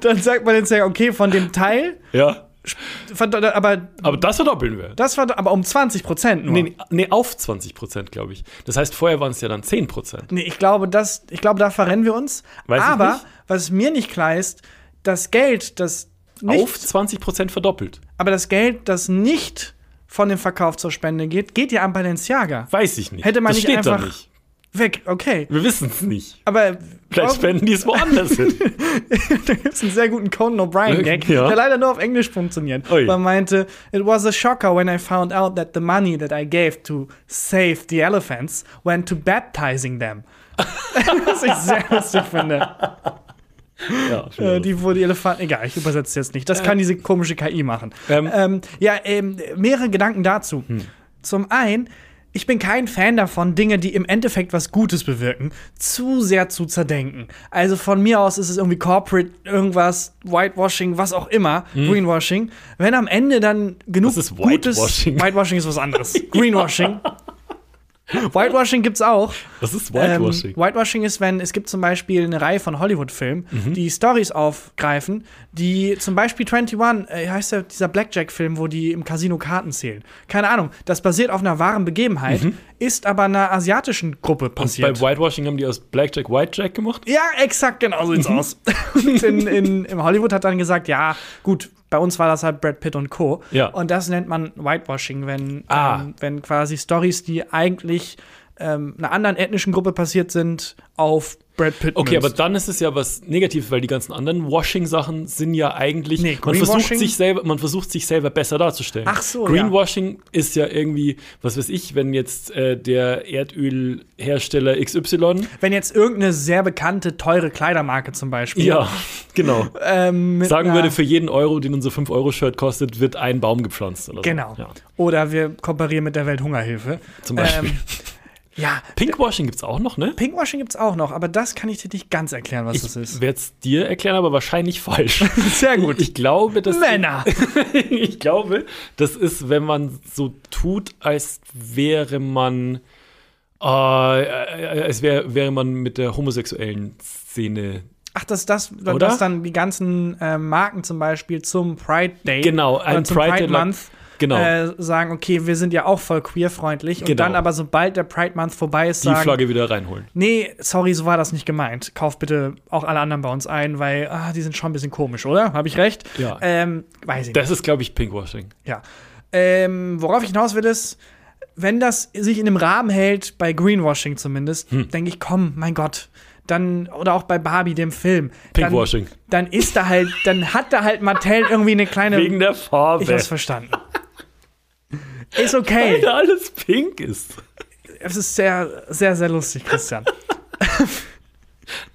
[SPEAKER 2] dann sagt man jetzt ja, okay, von dem Teil,
[SPEAKER 3] Ja.
[SPEAKER 2] verd- aber
[SPEAKER 3] Aber das verdoppeln wir.
[SPEAKER 2] das war aber um 20 Prozent nur.
[SPEAKER 3] Nee, nee, nee, auf 20%, glaube ich. Das heißt, vorher waren es ja dann 10%.
[SPEAKER 2] Nee, ich glaube, das, ich glaube, da verrennen wir uns.
[SPEAKER 3] Weiß ich
[SPEAKER 2] aber
[SPEAKER 3] nicht.
[SPEAKER 2] was mir nicht klar ist, das Geld, das nicht,
[SPEAKER 3] Auf 20% verdoppelt.
[SPEAKER 2] aber das Geld, das nicht von dem Verkauf zur Spende geht, geht ja an Balenciaga.
[SPEAKER 3] Weiß ich nicht.
[SPEAKER 2] Hätte man
[SPEAKER 3] das
[SPEAKER 2] nicht
[SPEAKER 3] steht da
[SPEAKER 2] einfach-
[SPEAKER 3] nicht.
[SPEAKER 2] Weg, okay.
[SPEAKER 3] Wir wissen es nicht.
[SPEAKER 2] Aber
[SPEAKER 3] Vielleicht
[SPEAKER 2] warum-
[SPEAKER 3] spenden die es woanders hin.
[SPEAKER 2] (laughs) da gibt es einen sehr guten Conan O'Brien-Gag,
[SPEAKER 3] Ja.
[SPEAKER 2] der leider nur auf Englisch funktioniert.
[SPEAKER 3] Ui.
[SPEAKER 2] Man meinte, it was a shocker when I found out that the money that I gave to save the elephants went to baptizing them. (laughs) Was ich sehr lustig finde.
[SPEAKER 3] Ja, schön.
[SPEAKER 2] Äh, die, wo die Elefanten. Egal, ich übersetze es jetzt nicht. Das kann diese komische KI machen.
[SPEAKER 3] Äh, Ähm. Hm.
[SPEAKER 2] ähm, ja, ähm, mehrere Gedanken dazu. Zum einen. Ich bin kein Fan davon, Dinge, die im Endeffekt was Gutes bewirken, zu sehr zu zerdenken. Also von mir aus ist es irgendwie Corporate, irgendwas, Whitewashing, was auch immer, Greenwashing. Wenn am Ende dann genug
[SPEAKER 3] Hm. Was ist Whitewashing?
[SPEAKER 2] Gutes. Whitewashing ist was
[SPEAKER 3] (laughs)
[SPEAKER 2] anderes. Greenwashing. Whitewashing gibt's auch.
[SPEAKER 3] das ist
[SPEAKER 2] Ähm,
[SPEAKER 3] Whitewashing.
[SPEAKER 2] Whitewashing ist, wenn es gibt zum Beispiel eine Reihe von Hollywood-Filmen,
[SPEAKER 3] Mhm.
[SPEAKER 2] die Stories aufgreifen, die zum Beispiel 21, äh, heißt ja dieser Blackjack-Film, wo die im Casino Karten zählen. Keine Ahnung, das basiert auf einer wahren Begebenheit, ist aber einer asiatischen Gruppe
[SPEAKER 3] Mhm. Und
[SPEAKER 2] passiert.
[SPEAKER 3] bei Whitewashing haben die aus Blackjack Whitejack gemacht?
[SPEAKER 2] ja, exakt, genau so sieht's
[SPEAKER 3] Mhm.
[SPEAKER 2] aus. (laughs) Und in, in, im Hollywood hat dann gesagt, ja, gut, bei uns war das halt Brad Pitt und Co.
[SPEAKER 3] Ja.
[SPEAKER 2] Und das nennt man Whitewashing, wenn,
[SPEAKER 3] Ah.
[SPEAKER 2] ähm, wenn quasi Stories, die eigentlich ähm, einer anderen ethnischen Gruppe passiert sind, auf Brad Pitt
[SPEAKER 3] Okay, aber
[SPEAKER 2] münzt.
[SPEAKER 3] dann ist es ja was Negatives, weil die ganzen anderen Washing-Sachen sind ja eigentlich.
[SPEAKER 2] Nee,
[SPEAKER 3] man, versucht
[SPEAKER 2] Greenwashing-
[SPEAKER 3] sich selber, man versucht sich selber besser darzustellen.
[SPEAKER 2] Ach so, ja.
[SPEAKER 3] Greenwashing ist ja irgendwie, was weiß ich, wenn jetzt äh, der Erdölhersteller XY.
[SPEAKER 2] Wenn jetzt irgendeine sehr bekannte, teure Kleidermarke zum Beispiel
[SPEAKER 3] Ja, genau.
[SPEAKER 2] ähm, mit
[SPEAKER 3] Sagen
[SPEAKER 2] einer-
[SPEAKER 3] würde, für jeden Euro, den unser 5-Euro-Shirt kostet, wird ein Baum gepflanzt. Oder
[SPEAKER 2] Genau.
[SPEAKER 3] So. Ja,
[SPEAKER 2] Oder wir kooperieren mit der Welthungerhilfe.
[SPEAKER 3] zum Beispiel.
[SPEAKER 2] Ähm, ja,
[SPEAKER 3] Pinkwashing gibt es auch noch, ne?
[SPEAKER 2] Pinkwashing gibt's auch noch, aber das kann ich dir nicht ganz erklären, was das
[SPEAKER 3] Ich
[SPEAKER 2] ist.
[SPEAKER 3] werde es dir erklären, aber wahrscheinlich falsch.
[SPEAKER 2] (laughs) Sehr gut.
[SPEAKER 3] Ich glaube, dass
[SPEAKER 2] Männer!
[SPEAKER 3] (laughs) ich glaube, das ist, wenn man so tut, als wäre man, äh, äh, als wär, wäre man mit der homosexuellen Szene.
[SPEAKER 2] Ach, dass das,
[SPEAKER 3] Oder?
[SPEAKER 2] dass dann die ganzen äh, Marken zum Beispiel zum Pride Day
[SPEAKER 3] Genau,
[SPEAKER 2] oder
[SPEAKER 3] ein
[SPEAKER 2] zum
[SPEAKER 3] Pride
[SPEAKER 2] Pride,
[SPEAKER 3] Day lang-
[SPEAKER 2] Month
[SPEAKER 3] Genau.
[SPEAKER 2] äh, sagen, okay, wir sind ja auch voll queerfreundlich und
[SPEAKER 3] Genau.
[SPEAKER 2] dann aber sobald der Pride Month vorbei ist,
[SPEAKER 3] die
[SPEAKER 2] sagen,
[SPEAKER 3] Flagge wieder reinholen.
[SPEAKER 2] nee, sorry, so war das nicht gemeint. Kauft bitte auch alle anderen bei uns ein, weil ah, die sind schon ein bisschen komisch, oder? Habe ich recht?
[SPEAKER 3] Ja.
[SPEAKER 2] Ähm, weiß ich nicht.
[SPEAKER 3] Das ist, glaube ich, Pinkwashing.
[SPEAKER 2] Ja. Ähm, worauf ich hinaus will ist, wenn das sich in dem Rahmen hält, bei Greenwashing zumindest,
[SPEAKER 3] Hm.
[SPEAKER 2] denke ich, komm, mein Gott, dann, oder auch bei Barbie, dem Film.
[SPEAKER 3] Pinkwashing.
[SPEAKER 2] Dann, dann ist da halt, dann hat da halt Mattel irgendwie eine kleine.
[SPEAKER 3] Wegen der Farbe.
[SPEAKER 2] ich hab's verstanden. Ist okay.
[SPEAKER 3] Alter, alles pink ist.
[SPEAKER 2] Es ist sehr, sehr, sehr lustig, Christian.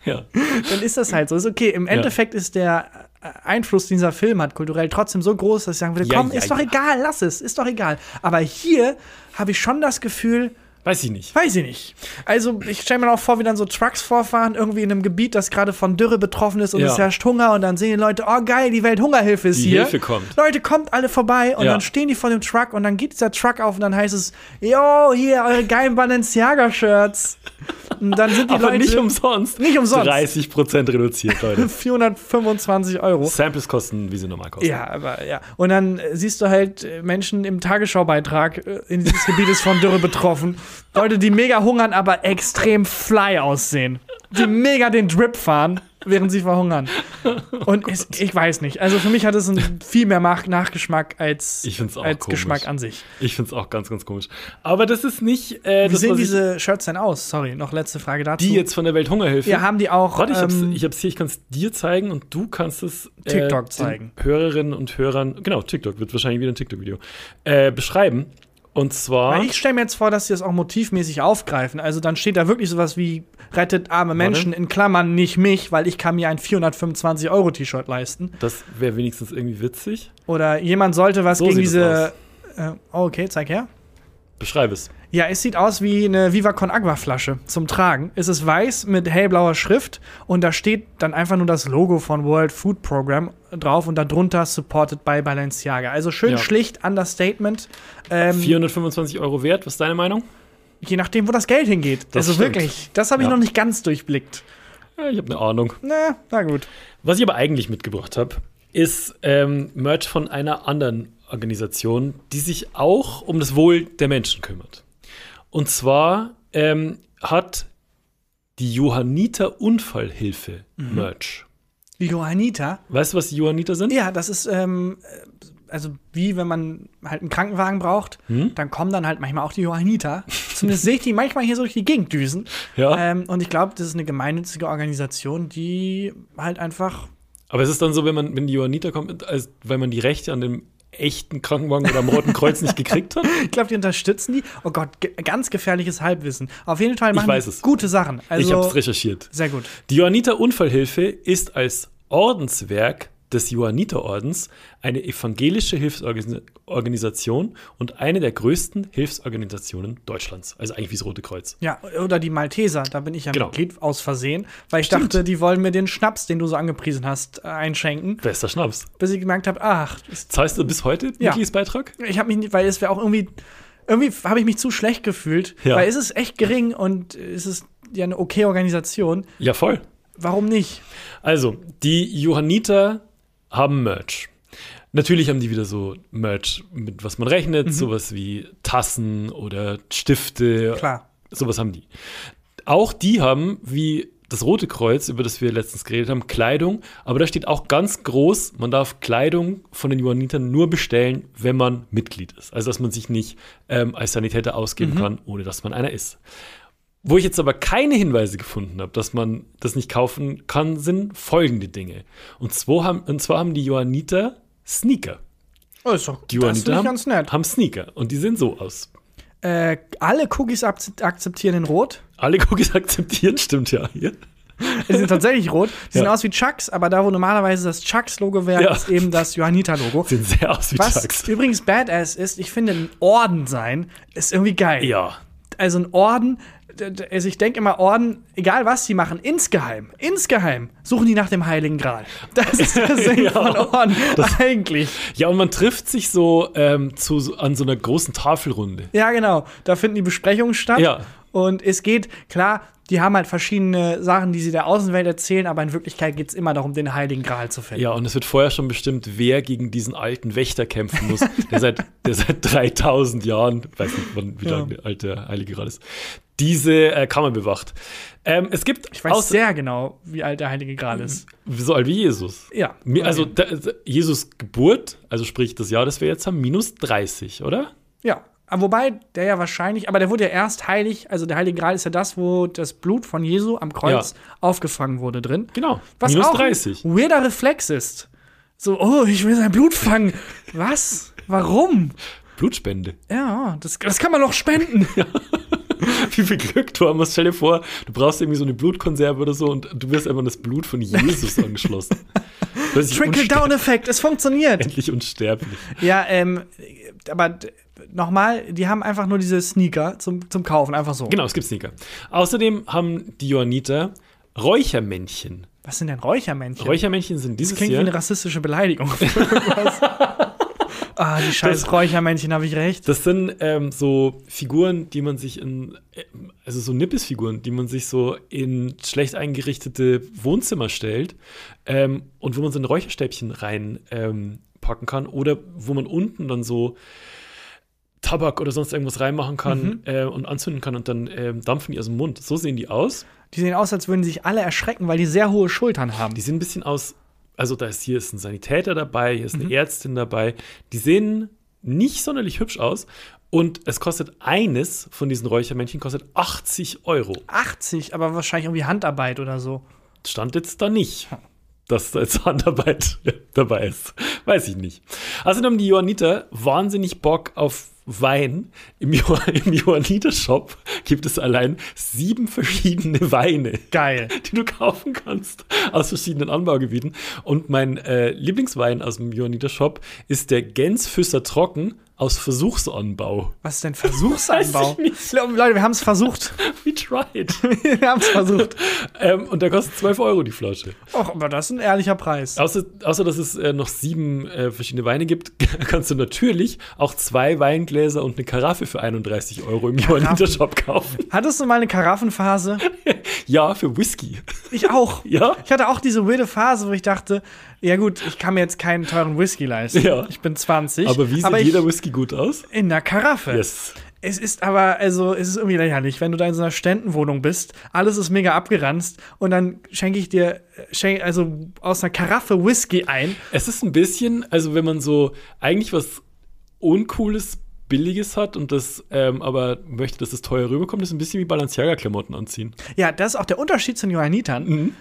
[SPEAKER 3] Ja.
[SPEAKER 2] dann ist das halt so. Ist okay. Im Endeffekt ist der äh, Einfluss, den dieser Film hat, kulturell trotzdem so groß, dass ich sagen würde,
[SPEAKER 3] Ja,
[SPEAKER 2] komm,
[SPEAKER 3] ja,
[SPEAKER 2] ist doch
[SPEAKER 3] ja.
[SPEAKER 2] egal, lass es, ist doch egal. Aber hier habe ich schon das Gefühl,
[SPEAKER 3] Weiß ich nicht.
[SPEAKER 2] weiß ich nicht. Also, ich stelle mir auch vor, wie dann so Trucks vorfahren, irgendwie in einem Gebiet, das gerade von Dürre betroffen ist und
[SPEAKER 3] Ja.
[SPEAKER 2] es herrscht Hunger und dann sehen die Leute, oh geil, die Welthungerhilfe ist
[SPEAKER 3] Die
[SPEAKER 2] hier.
[SPEAKER 3] Hilfe kommt.
[SPEAKER 2] Leute, kommt alle vorbei und
[SPEAKER 3] Ja.
[SPEAKER 2] dann stehen die vor dem Truck und dann geht dieser Truck auf und dann heißt es, yo, hier, eure geilen Balenciaga-Shirts. Und dann sind die
[SPEAKER 3] Aber
[SPEAKER 2] Leute
[SPEAKER 3] nicht um umsonst.
[SPEAKER 2] Nicht umsonst.
[SPEAKER 3] 30% reduziert,
[SPEAKER 2] (laughs)
[SPEAKER 3] Leute.
[SPEAKER 2] 425 Euro.
[SPEAKER 3] Samples kosten, wie sie normal kosten.
[SPEAKER 2] Ja, aber ja. Und dann äh, siehst du halt äh, Menschen im Tagesschaubeitrag, äh, in dieses Gebiet ist von Dürre betroffen. Leute, die mega hungern, aber extrem fly aussehen. Die mega den Drip fahren, während sie verhungern.
[SPEAKER 3] Oh
[SPEAKER 2] Und es, ich weiß nicht. Also für mich hat es einen viel mehr Mach- Nachgeschmack als,
[SPEAKER 3] Ich find's auch
[SPEAKER 2] als
[SPEAKER 3] komisch.
[SPEAKER 2] Geschmack an sich.
[SPEAKER 3] Ich finde es auch ganz, ganz komisch. Aber das ist nicht. Äh,
[SPEAKER 2] Wie
[SPEAKER 3] das,
[SPEAKER 2] sehen
[SPEAKER 3] was ich-
[SPEAKER 2] diese Shirts denn aus? Sorry, noch letzte Frage dazu.
[SPEAKER 3] die jetzt von der Welthungerhilfe.
[SPEAKER 2] Wir haben die auch.
[SPEAKER 3] Warte, ich hab's,
[SPEAKER 2] ähm,
[SPEAKER 3] ich hab's hier, ich kann's dir zeigen und du kannst es äh,
[SPEAKER 2] TikTok
[SPEAKER 3] den
[SPEAKER 2] zeigen.
[SPEAKER 3] Hörerinnen und Hörern, genau, TikTok wird wahrscheinlich wieder ein TikTok-Video, äh, beschreiben. Und zwar,
[SPEAKER 2] Weil ich stelle mir jetzt vor, dass sie das auch motivmäßig aufgreifen. Also dann steht da wirklich sowas wie rettet arme Menschen in Klammern nicht mich, weil ich kann mir ein 425 Euro T-Shirt leisten.
[SPEAKER 3] das wäre wenigstens irgendwie witzig.
[SPEAKER 2] Oder jemand sollte was
[SPEAKER 3] So
[SPEAKER 2] gegen
[SPEAKER 3] sieht es
[SPEAKER 2] diese. Äh, oh, okay, zeig her.
[SPEAKER 3] Beschreib es.
[SPEAKER 2] Ja, es sieht aus wie eine Viva Con Agua Flasche zum Tragen. Es ist weiß mit hellblauer Schrift und da steht dann einfach nur das Logo von World Food Program drauf und darunter supported by Balenciaga. Also schön
[SPEAKER 3] Ja.
[SPEAKER 2] schlicht, Understatement. Ähm,
[SPEAKER 3] 425 Euro wert, was ist deine Meinung?
[SPEAKER 2] je nachdem, wo das Geld hingeht.
[SPEAKER 3] Das
[SPEAKER 2] also
[SPEAKER 3] stimmt.
[SPEAKER 2] wirklich, das habe ich
[SPEAKER 3] Ja.
[SPEAKER 2] noch nicht ganz durchblickt.
[SPEAKER 3] Ja, ich habe eine Ahnung.
[SPEAKER 2] Na, na gut.
[SPEAKER 3] Was ich aber eigentlich mitgebracht habe, ist ähm, Merch von einer anderen Organisation, die sich auch um das Wohl der Menschen kümmert. Und zwar ähm, hat die Johanniter Unfallhilfe Merch.
[SPEAKER 2] Die Johanniter.
[SPEAKER 3] Weißt du, was die Johanniter sind?
[SPEAKER 2] Ja, das ist ähm, äh, also wie wenn man halt einen Krankenwagen braucht,
[SPEAKER 3] Hm?
[SPEAKER 2] dann kommen dann halt manchmal auch die
[SPEAKER 3] (laughs)
[SPEAKER 2] Johanniter. Zumindest sehe ich die manchmal hier so durch die Gegend düsen.
[SPEAKER 3] Ja.
[SPEAKER 2] Ähm, und ich glaube, das ist eine gemeinnützige Organisation, die halt einfach (laughs)
[SPEAKER 3] Aber es ist dann so, wenn man, wenn die Johanniter kommt, als, weil man die Rechte an dem echten Krankenwagen oder am Roten Kreuz nicht gekriegt hat.
[SPEAKER 2] Ich glaube, die unterstützen die. Oh Gott, ge ganz gefährliches Halbwissen. Auf jeden Fall machen
[SPEAKER 3] weiß
[SPEAKER 2] die
[SPEAKER 3] es.
[SPEAKER 2] gute Sachen. Also,
[SPEAKER 3] ich habe es recherchiert.
[SPEAKER 2] Sehr gut.
[SPEAKER 3] Die Johanniter Unfallhilfe ist als Ordenswerk des Johanniterordens eine evangelische Hilfsorganisation und eine der größten Hilfsorganisationen Deutschlands. Also eigentlich wie das Rote Kreuz.
[SPEAKER 2] Ja, oder die Malteser, da bin ich ja
[SPEAKER 3] Genau.
[SPEAKER 2] Mitglied aus Versehen, weil ich
[SPEAKER 3] Stimmt.
[SPEAKER 2] dachte, die wollen mir den Schnaps, den du so angepriesen hast, äh, einschenken,
[SPEAKER 3] Bester Schnaps.
[SPEAKER 2] bis ich gemerkt habe, ach, ist-
[SPEAKER 3] Zahlst du bis heute
[SPEAKER 2] Ja.
[SPEAKER 3] Mitgliedsbeitrag?
[SPEAKER 2] ich habe mich nicht, weil es wäre auch irgendwie irgendwie habe ich mich zu schlecht gefühlt,
[SPEAKER 3] Ja.
[SPEAKER 2] weil es ist echt gering und es ist ja eine okay Organisation.
[SPEAKER 3] Ja, voll.
[SPEAKER 2] Warum nicht?
[SPEAKER 3] Also, die Johanniter haben Merch. Natürlich haben die wieder so Merch, mit was man rechnet, sowas wie Tassen oder Stifte.
[SPEAKER 2] Klar.
[SPEAKER 3] Sowas haben die. Auch die haben, wie das Rote Kreuz, über das wir letztens geredet haben, Kleidung. Aber da steht auch ganz groß, man darf Kleidung von den Johannitern nur bestellen, wenn man Mitglied ist. Also, dass man sich nicht ähm, als Sanitäter ausgeben kann, ohne dass man einer ist. Wo ich jetzt aber keine Hinweise gefunden habe, dass man das nicht kaufen kann, sind folgende Dinge. Und zwar haben, und zwar haben die Johanniter Sneaker.
[SPEAKER 2] Oh, ist doch
[SPEAKER 3] Die
[SPEAKER 2] das
[SPEAKER 3] Johanniter
[SPEAKER 2] finde ich
[SPEAKER 3] haben,
[SPEAKER 2] ganz nett.
[SPEAKER 3] haben Sneaker. Und die sehen so aus.
[SPEAKER 2] Äh, alle Cookies akzept- akzeptieren in Rot.
[SPEAKER 3] Alle Cookies akzeptiert, stimmt ja hier.
[SPEAKER 2] Die
[SPEAKER 3] (laughs)
[SPEAKER 2] sind tatsächlich rot. Die sehen
[SPEAKER 3] Ja.
[SPEAKER 2] aus wie Chucks, aber da, wo normalerweise das Chucks-Logo wäre,
[SPEAKER 3] Ja.
[SPEAKER 2] ist eben das Johanniter-Logo.
[SPEAKER 3] Sehen sehr aus wie
[SPEAKER 2] Was
[SPEAKER 3] Chucks.
[SPEAKER 2] übrigens badass ist, ich finde, ein Orden sein ist irgendwie geil.
[SPEAKER 3] Ja.
[SPEAKER 2] Also ein Orden, d- d- also ich denke immer, Orden, egal was sie machen, insgeheim, insgeheim suchen die nach dem Heiligen Gral. Das ist
[SPEAKER 3] (laughs)
[SPEAKER 2] der Sinn
[SPEAKER 3] Ja.
[SPEAKER 2] von Orden, eigentlich.
[SPEAKER 3] Ja, und man trifft sich so, ähm, zu, so an so einer großen Tafelrunde.
[SPEAKER 2] Ja, genau. Da finden die Besprechungen statt.
[SPEAKER 3] Ja.
[SPEAKER 2] Und es geht, klar, die haben halt verschiedene Sachen, die sie der Außenwelt erzählen, aber in Wirklichkeit geht es immer darum, den Heiligen Gral zu finden.
[SPEAKER 3] Ja, und es wird vorher schon bestimmt, wer gegen diesen alten Wächter kämpfen muss, der seit, der seit 3000 Jahren, weiß nicht, wann, wie
[SPEAKER 2] Ja.
[SPEAKER 3] lange alt der Heilige gerade ist, diese äh, Kammer bewacht. Ähm, es gibt
[SPEAKER 2] Ich weiß
[SPEAKER 3] außer- Mhm.
[SPEAKER 2] sehr genau, wie alt der Heilige Gral ist.
[SPEAKER 3] so alt wie Jesus.
[SPEAKER 2] Ja.
[SPEAKER 3] Mi- Also da, Jesus Geburt, also sprich das Jahr, das wir jetzt haben, minus 30, oder?
[SPEAKER 2] Ja. Aber wobei der ja wahrscheinlich, aber der wurde ja erst heilig, also der Heilige Gral ist ja das, wo das Blut von Jesu am Kreuz aufgefangen wurde drin.
[SPEAKER 3] Genau.
[SPEAKER 2] Was
[SPEAKER 3] minus
[SPEAKER 2] auch
[SPEAKER 3] 30.
[SPEAKER 2] ein weirder Reflex ist. So, oh, ich will sein Blut fangen. Was? Warum?
[SPEAKER 3] Blutspende.
[SPEAKER 2] Ja, das, das kann man doch spenden.
[SPEAKER 3] (laughs) Wie viel Glück du haben musst. Stell dir vor, du brauchst irgendwie so eine Blutkonserve oder so und du wirst einfach an das Blut von
[SPEAKER 2] (laughs)
[SPEAKER 3] Jesus angeschlossen. Plötzlich unsterb-
[SPEAKER 2] Trickle-Down-Effekt, es funktioniert.
[SPEAKER 3] Endlich unsterblich.
[SPEAKER 2] Ja, ähm, aber nochmal, die haben einfach nur diese Sneaker zum, zum Kaufen, einfach so.
[SPEAKER 3] Genau, es gibt Sneaker. Außerdem haben die Johanniter Räuchermännchen.
[SPEAKER 2] Was sind denn Räuchermännchen?
[SPEAKER 3] Räuchermännchen sind
[SPEAKER 2] Das
[SPEAKER 3] dieses
[SPEAKER 2] klingt wie eine
[SPEAKER 3] Jahr.
[SPEAKER 2] rassistische Beleidigung. für irgendwas. (laughs) ah, die scheiß Räuchermännchen, habe ich recht.
[SPEAKER 3] Das sind ähm, so Figuren, die man sich in, äh, also so Nippesfiguren, die man sich so in schlecht eingerichtete Wohnzimmer stellt ähm, und wo man so ein Räucherstäbchen reinpacken ähm, packen kann oder wo man unten dann so Tabak oder sonst irgendwas reinmachen kann
[SPEAKER 2] Mhm.
[SPEAKER 3] äh, und anzünden kann und dann ähm, dampfen die aus dem Mund. So sehen die aus.
[SPEAKER 2] Die sehen aus, als würden sich alle erschrecken, weil die sehr hohe Schultern haben.
[SPEAKER 3] Die sehen ein bisschen aus, also da ist hier ist ein Sanitäter dabei, hier ist eine Ärztin dabei. Die sehen nicht sonderlich hübsch aus. Und es kostet eines von diesen Räuchermännchen kostet 80 Euro.
[SPEAKER 2] 80, aber wahrscheinlich irgendwie Handarbeit oder so.
[SPEAKER 3] Stand jetzt da nicht, dass da jetzt (laughs) Handarbeit dabei ist. Weiß ich nicht. Außerdem haben die Johanniter wahnsinnig Bock auf Wein. Im, jo (laughs) im Johanniter-Shop gibt es allein sieben verschiedene Weine.
[SPEAKER 2] Geil.
[SPEAKER 3] die du kaufen kannst aus verschiedenen Anbaugebieten. Und mein äh, Lieblingswein aus dem Johanniter Shop ist der Gänsfüsser Trocken aus Versuchsanbau. (laughs)
[SPEAKER 2] Was ist denn Versuchsanbau?
[SPEAKER 3] Weiß ich nicht.
[SPEAKER 2] Le- Leute, wir haben es versucht. (laughs)
[SPEAKER 3] We tried.
[SPEAKER 2] wir haben es versucht.
[SPEAKER 3] ähm, und der kostet 12 Euro die Flasche.
[SPEAKER 2] Och, aber das ist ein ehrlicher Preis.
[SPEAKER 3] Außer, außer dass es äh, noch sieben äh, verschiedene Weine gibt, (laughs) kannst du natürlich auch zwei Weingläser und eine Karaffe für 31 Euro im Johanniter Shop kaufen.
[SPEAKER 2] Hattest du mal eine Karaffenphase?
[SPEAKER 3] Ja, für Whisky. (laughs)
[SPEAKER 2] Ich auch.
[SPEAKER 3] Ja?
[SPEAKER 2] Ich hatte auch diese wilde Phase, wo ich dachte, ja gut, ich kann mir jetzt keinen teuren Whisky leisten.
[SPEAKER 3] Ja.
[SPEAKER 2] Ich bin 20.
[SPEAKER 3] Aber wie sieht
[SPEAKER 2] ich,
[SPEAKER 3] jeder Whisky gut aus?
[SPEAKER 2] in der Karaffe.
[SPEAKER 3] Yes.
[SPEAKER 2] Es ist aber, also, es ist irgendwie lächerlich, wenn du da in so einer Ständenwohnung bist, alles ist mega abgeranzt und dann schenke ich dir, schenk, also aus einer Karaffe Whisky ein.
[SPEAKER 3] Es ist ein bisschen, also wenn man so eigentlich was Uncooles, Billiges hat und das ähm, aber möchte, dass es teuer rüberkommt, ist ein bisschen wie Balenciaga-Klamotten anziehen.
[SPEAKER 2] Ja, das ist auch der Unterschied zu den Johannitern.
[SPEAKER 3] Mhm.